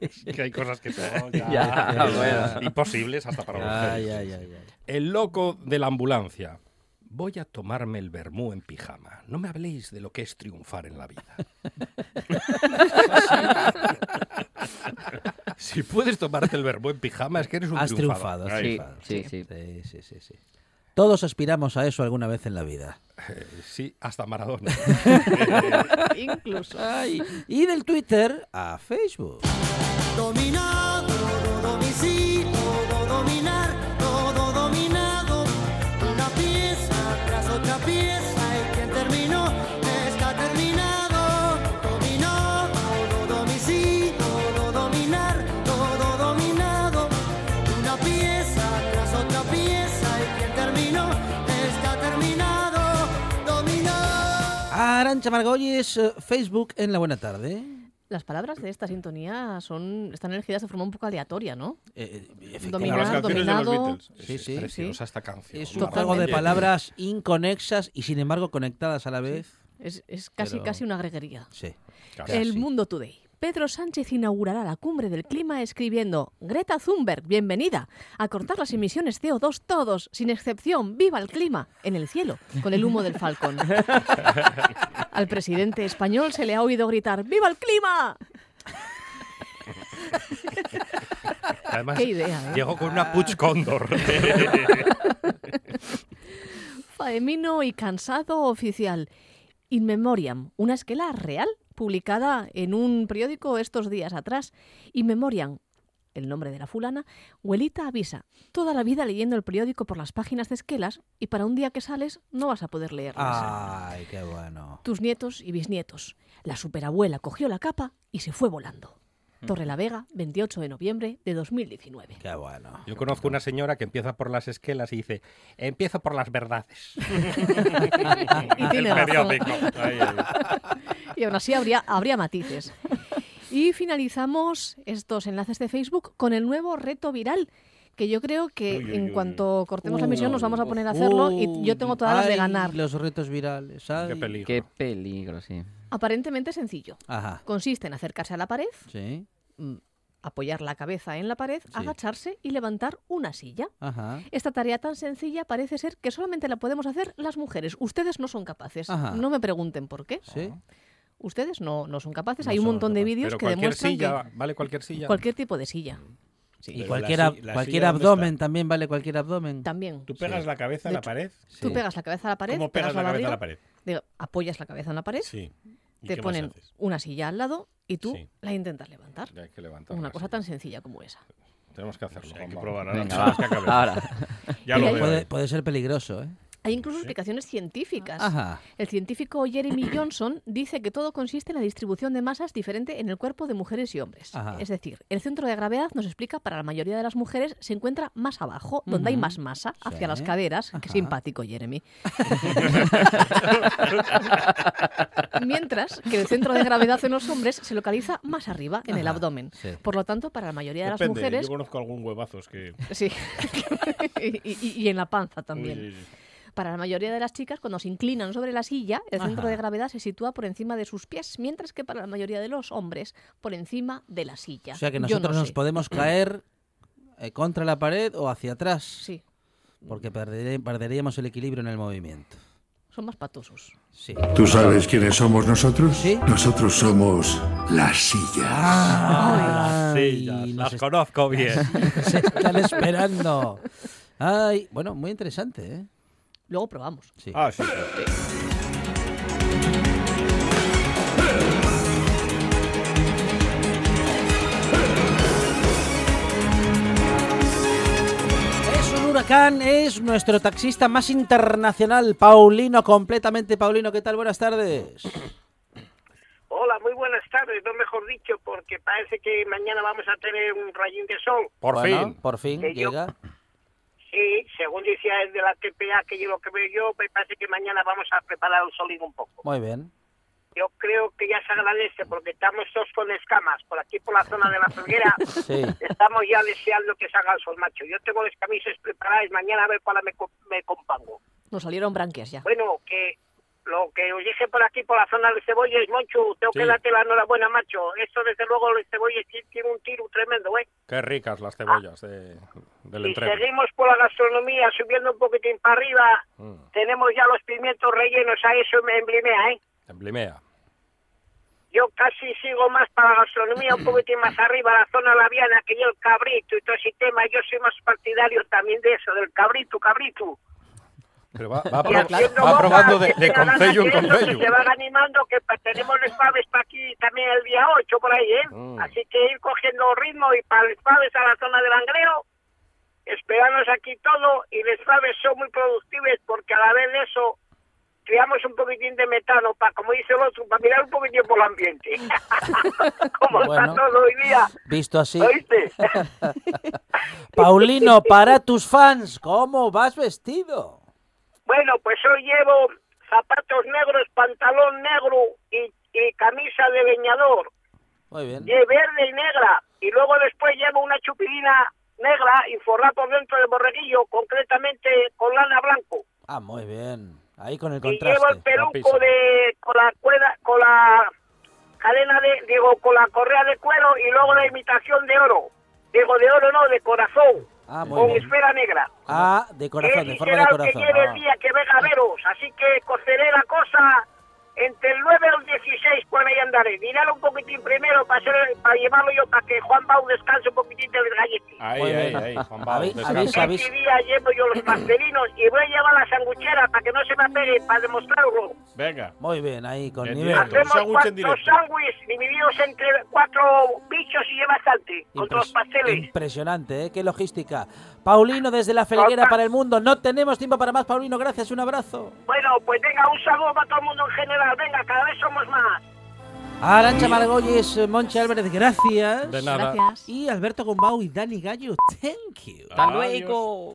Speaker 6: Es que hay cosas que son ya-
Speaker 4: Ya, bueno.
Speaker 6: imposibles hasta para los
Speaker 2: Ay,
Speaker 6: genios.
Speaker 2: ay, ay, ay.
Speaker 6: El loco de la ambulancia. Voy a tomarme el vermú en pijama. No me habléis de lo que es triunfar en
Speaker 2: [LAUGHS]
Speaker 6: la vida. si puedes tomarte el vermú en pijama, es que eres un
Speaker 2: Has triunfado, has
Speaker 4: Sí,
Speaker 2: triunfado.
Speaker 4: sí, sí.
Speaker 2: Sí, sí, sí, sí. Todos aspiramos a eso alguna vez en la vida.
Speaker 6: Eh, Sí,
Speaker 3: [LAUGHS]
Speaker 6: hasta Maradona.
Speaker 3: Incluso.
Speaker 2: Ay, y del Twitter a Facebook.
Speaker 1: Dominado, domicilio, dominar, todo dominado. Una pieza tras otra pieza y quien terminó está terminado. Dominó, todo domicilio, dominar, todo dominado. Una pieza tras otra pieza y quien terminó está terminado. Dominó.
Speaker 2: Arancha Margolles, eh, Facebook en la buena tarde.
Speaker 3: Las palabras de esta sintonía son están elegidas de forma un poco aleatoria, ¿no?
Speaker 2: Eh, efectivamente.
Speaker 5: Como las
Speaker 3: Dominar,
Speaker 5: canciones de los
Speaker 3: dominado.
Speaker 5: Beatles.
Speaker 2: Sí, sí.
Speaker 6: Preciosa esta canción.
Speaker 2: Es un juego de
Speaker 3: Totalmente.
Speaker 2: palabras inconexas y sin embargo conectadas a la vez.
Speaker 3: Es, es casi,
Speaker 2: Pero-
Speaker 3: casi una greguería.
Speaker 2: Sí.
Speaker 6: Claro.
Speaker 2: Casi.
Speaker 3: El Mundo Today. Pedro Sánchez inaugurará la cumbre del clima escribiendo Greta Thunberg, bienvenida. A cortar las emisiones CO2 todos, sin excepción, viva el clima, en el cielo, con el humo del falcón. Al presidente español se le ha oído gritar ¡Viva el clima!
Speaker 6: Además,
Speaker 3: Qué idea, ¿eh?
Speaker 6: llegó con una Puch Cóndor.
Speaker 3: Faemino y cansado oficial. In Memoriam, una esquela real publicada en un periódico estos días atrás. In Memoriam, el nombre de la fulana, Huelita avisa, toda la vida leyendo el periódico por las páginas de esquelas y para un día que sales no vas a poder leerlas.
Speaker 2: Ay, qué bueno.
Speaker 3: Tus nietos y bisnietos. La superabuela cogió la capa y se fue volando. Torre la Vega, 28 de noviembre de 2019.
Speaker 2: Qué bueno.
Speaker 6: Yo conozco una señora que empieza por las esquelas y dice, empiezo por las verdades.
Speaker 3: Y tiene
Speaker 6: El
Speaker 3: razón.
Speaker 6: periódico. Ahí, ahí.
Speaker 3: Y aún así habría, habría matices. Y finalizamos estos enlaces de Facebook con el nuevo reto viral, que yo creo que
Speaker 5: Uy, uy,
Speaker 3: en
Speaker 5: uy.
Speaker 3: cuanto cortemos la
Speaker 2: Uh,
Speaker 3: misión nos vamos a poner a hacerlo y yo tengo todas las de
Speaker 2: Ay,
Speaker 3: ganar.
Speaker 2: Los retos virales. ay.
Speaker 5: Qué peligro.
Speaker 4: Qué peligro, sí.
Speaker 3: Aparentemente sencillo.
Speaker 2: Ajá.
Speaker 3: Consiste en acercarse a la pared,
Speaker 2: Sí.
Speaker 3: mm, apoyar la cabeza en la pared, agacharse y levantar una silla.
Speaker 5: Ah,
Speaker 2: Ajá.
Speaker 3: Esta tarea tan sencilla parece ser que solamente la podemos hacer las mujeres. Ustedes no son capaces.
Speaker 2: Ajá.
Speaker 3: No me pregunten por qué.
Speaker 2: Sí.
Speaker 3: Ustedes no, no son capaces.
Speaker 2: No
Speaker 3: Hay un
Speaker 2: somos
Speaker 3: montón de
Speaker 2: capaces.
Speaker 3: vídeos
Speaker 6: Pero
Speaker 3: que
Speaker 6: cualquier
Speaker 3: demuestran
Speaker 6: silla,
Speaker 3: que
Speaker 6: ¿vale cualquier silla?
Speaker 3: cualquier tipo de silla.
Speaker 5: Mm.
Speaker 2: Y
Speaker 5: La
Speaker 2: cualquier,
Speaker 5: si-
Speaker 2: ab-
Speaker 5: la
Speaker 2: cualquier
Speaker 5: silla, ¿dónde
Speaker 2: abdomen
Speaker 5: está?
Speaker 2: también vale cualquier abdomen.
Speaker 3: También.
Speaker 5: Tú pegas la cabeza a
Speaker 3: De
Speaker 5: la
Speaker 3: hecho,
Speaker 5: pared.
Speaker 3: Tú
Speaker 2: Sí.
Speaker 3: pegas la cabeza a la pared.
Speaker 5: ¿Cómo pegas la cabeza a la pared?
Speaker 3: digo, apoyas la cabeza en la pared,
Speaker 5: Sí. ¿Y
Speaker 3: te
Speaker 5: qué más
Speaker 3: ponen
Speaker 5: haces?
Speaker 3: una silla al lado y tú
Speaker 5: Sí. pues
Speaker 3: la intentas levantar.
Speaker 6: Ya hay que levantar
Speaker 3: Una
Speaker 6: la
Speaker 3: cosa
Speaker 6: silla.
Speaker 3: tan sencilla como esa.
Speaker 6: Tenemos que
Speaker 3: Pues
Speaker 6: hacerlo.
Speaker 5: Hay que
Speaker 6: Juanma.
Speaker 5: probar ahora.
Speaker 4: Venga,
Speaker 5: sabes que
Speaker 4: va.
Speaker 5: acabé.
Speaker 3: Ah,
Speaker 4: Ahora.
Speaker 5: Ya
Speaker 3: Y
Speaker 5: lo
Speaker 3: ahí-
Speaker 5: veo.
Speaker 2: Puede, puede ser peligroso, ¿eh?
Speaker 3: Hay incluso explicaciones científicas.
Speaker 2: Ajá.
Speaker 3: El científico Jeremy Johnson dice que todo consiste en la distribución de masas diferente en el cuerpo de mujeres y hombres.
Speaker 2: Ajá.
Speaker 3: Es decir, el centro de gravedad nos explica para la mayoría de las mujeres se encuentra más abajo, donde hay
Speaker 2: Ujú.
Speaker 3: más masa, hacia
Speaker 2: Sí.
Speaker 3: las caderas.
Speaker 2: Ajá.
Speaker 3: Qué simpático,
Speaker 2: [LAUGHS]
Speaker 3: Jeremy. Mientras que el centro de gravedad en los hombres se localiza más arriba, en el
Speaker 2: Ajá,
Speaker 3: abdomen.
Speaker 2: sí.
Speaker 3: Por lo tanto, para la mayoría de las
Speaker 5: Depende,
Speaker 3: mujeres.
Speaker 5: Yo conozco algún huevazos que.
Speaker 3: Sí. [LAUGHS] y, y- y en la panza también.
Speaker 5: Uy, sí, sí.
Speaker 3: Para la mayoría de las chicas, cuando se inclinan sobre la silla, el centro
Speaker 2: Ajá.
Speaker 3: de gravedad se sitúa por encima de sus pies, mientras que para la mayoría de los hombres, por encima de la silla.
Speaker 2: O sea que
Speaker 3: Yo no
Speaker 2: nosotros nos
Speaker 3: sé. [CLEARS THROAT]
Speaker 2: podemos caer eh, contra la pared o hacia atrás.
Speaker 3: Sí,
Speaker 2: Porque perdere- perderíamos el equilibrio en el movimiento.
Speaker 3: son más patosos.
Speaker 2: Sí.
Speaker 8: ¿Tú sabes quiénes somos nosotros?
Speaker 2: Sí.
Speaker 8: Nosotros somos las sillas.
Speaker 2: Ah,
Speaker 6: Sillas, las conozco bien.
Speaker 2: Se están esperando. Ay, bueno, muy interesante, ¿eh?
Speaker 3: Luego probamos.
Speaker 2: Sí.
Speaker 5: Ah, sí. sí.
Speaker 2: Es un huracán, es nuestro taxista más internacional, Paulino, completamente Paulino. ¿Qué tal? Buenas tardes.
Speaker 7: Hola, muy buenas tardes, no mejor dicho, porque parece que mañana vamos a tener un rayín de sol.
Speaker 6: Por
Speaker 2: Bueno,
Speaker 6: fin.
Speaker 2: Por fin
Speaker 7: Que yo-
Speaker 2: llega.
Speaker 7: Sí, según decía el de la TPA, que yo lo que veo yo, me parece que mañana vamos a preparar un solín un poco.
Speaker 2: Muy bien.
Speaker 7: Yo creo que ya se agradece, porque estamos todos con escamas, por aquí por la zona de la Felguera.
Speaker 2: Sí.
Speaker 7: Estamos ya deseando que salga el sol, macho. Yo tengo las camisas preparadas, mañana a ver cuál me, co- me compango.
Speaker 3: Nos salieron branquias ya.
Speaker 7: Bueno, que lo que os dije por aquí, por la zona del Cebolles, Monchu, tengo
Speaker 6: Sí.
Speaker 7: que darte la enhorabuena, macho. Esto, desde luego, el Cebolles ti- tiene un tiro tremendo, ¿eh?
Speaker 6: Qué ricas las cebollas de- del
Speaker 7: Si
Speaker 6: entreno.
Speaker 7: seguimos por la gastronomía, subiendo un poquitín para arriba,
Speaker 6: Mm,
Speaker 7: tenemos ya los pimientos rellenos, a eso me emblimea, ¿eh?
Speaker 6: Emblimea.
Speaker 7: Yo casi sigo más para la gastronomía, un poquitín más arriba, la zona labiana, que yo el cabrito y todo ese tema, yo soy más partidario también de eso, del cabrito, cabrito.
Speaker 6: Pero va, va
Speaker 7: Y
Speaker 6: pro-
Speaker 7: haciendo
Speaker 6: va
Speaker 7: boca,
Speaker 6: probando de,
Speaker 7: que
Speaker 6: de
Speaker 7: se hagan
Speaker 6: concello en
Speaker 7: hacer eso,
Speaker 6: concello.
Speaker 7: que Se van animando, que pa- tenemos los paves para aquí también el día 8 por ahí, ¿eh?
Speaker 6: Mm.
Speaker 7: Así que ir cogiendo ritmo y para los paves a la zona del Angreo, esperarnos aquí todo y los paves son muy productivos porque a la vez de eso creamos un poquitín de metano, para como dice el otro, para mirar un poquitín por el ambiente. [LAUGHS] como
Speaker 2: Bueno.
Speaker 7: está todo hoy día,
Speaker 2: Visto así.
Speaker 7: ¿oíste?
Speaker 2: Paulino, para tus fans, ¿cómo vas vestido?
Speaker 7: Bueno, pues hoy llevo zapatos negros, pantalón negro y, y camisa de leñador,
Speaker 2: Muy bien.
Speaker 7: de verde y negra. Y luego después llevo una chupirina negra y forrada por dentro de borreguillo, concretamente con lana blanco.
Speaker 2: Ah, muy bien. Ahí con el
Speaker 7: Y llevo el
Speaker 2: contraste.
Speaker 7: peluco
Speaker 6: guapísimo.
Speaker 7: de, con la cuerda, con la cadena de, digo, con la correa de cuero y luego la imitación de oro. Digo, de oro no, de corazón,
Speaker 2: Ah, muy
Speaker 7: con
Speaker 2: bien.
Speaker 7: esfera negra.
Speaker 2: Ah, de corazón,
Speaker 7: Que
Speaker 2: de
Speaker 7: es
Speaker 2: forma de
Speaker 7: literal
Speaker 2: corazón.
Speaker 7: que lleve el
Speaker 2: Ah.
Speaker 7: día que venga a veros, así que coceré la cosa entre el 9 y el 16 por ahí andaré. Mirad un poquitín primero para, hacer- para llevarlo yo, para que Juan Pau descanse un poquitín del gallete.
Speaker 6: Ahí,
Speaker 2: Muy
Speaker 6: ahí,
Speaker 2: bien.
Speaker 6: ahí. Juan Pablo,
Speaker 2: Habéis-
Speaker 6: descansa.
Speaker 2: habéis- habéis-
Speaker 7: Este día llevo yo los pastelinos y voy a llevar la sanguchera para que no se me pegue, para demostrarlo.
Speaker 5: Venga.
Speaker 2: Muy bien, ahí con
Speaker 5: En
Speaker 2: nivel.
Speaker 5: directo.
Speaker 7: Hacemos
Speaker 5: sándwich en
Speaker 7: cuatro
Speaker 5: directo.
Speaker 7: sándwiches divididos entre cuatro bichos y lleva bastante, con todos los
Speaker 2: Impres-
Speaker 7: pasteles.
Speaker 2: Impresionante, ¿eh? Qué logística. Paulino, desde la Felguera
Speaker 7: Total.
Speaker 2: para el mundo. No tenemos tiempo para más, Paulino. Gracias, un abrazo.
Speaker 7: Bueno, pues venga, un saludo para todo el mundo en general. Venga, cada vez somos más.
Speaker 2: Arancha Margolles, eh, Monchi Álvarez, gracias.
Speaker 6: De nada.
Speaker 3: Gracias.
Speaker 2: Y Alberto Gombau y Dani Gallo, thank you.
Speaker 5: Hasta luego.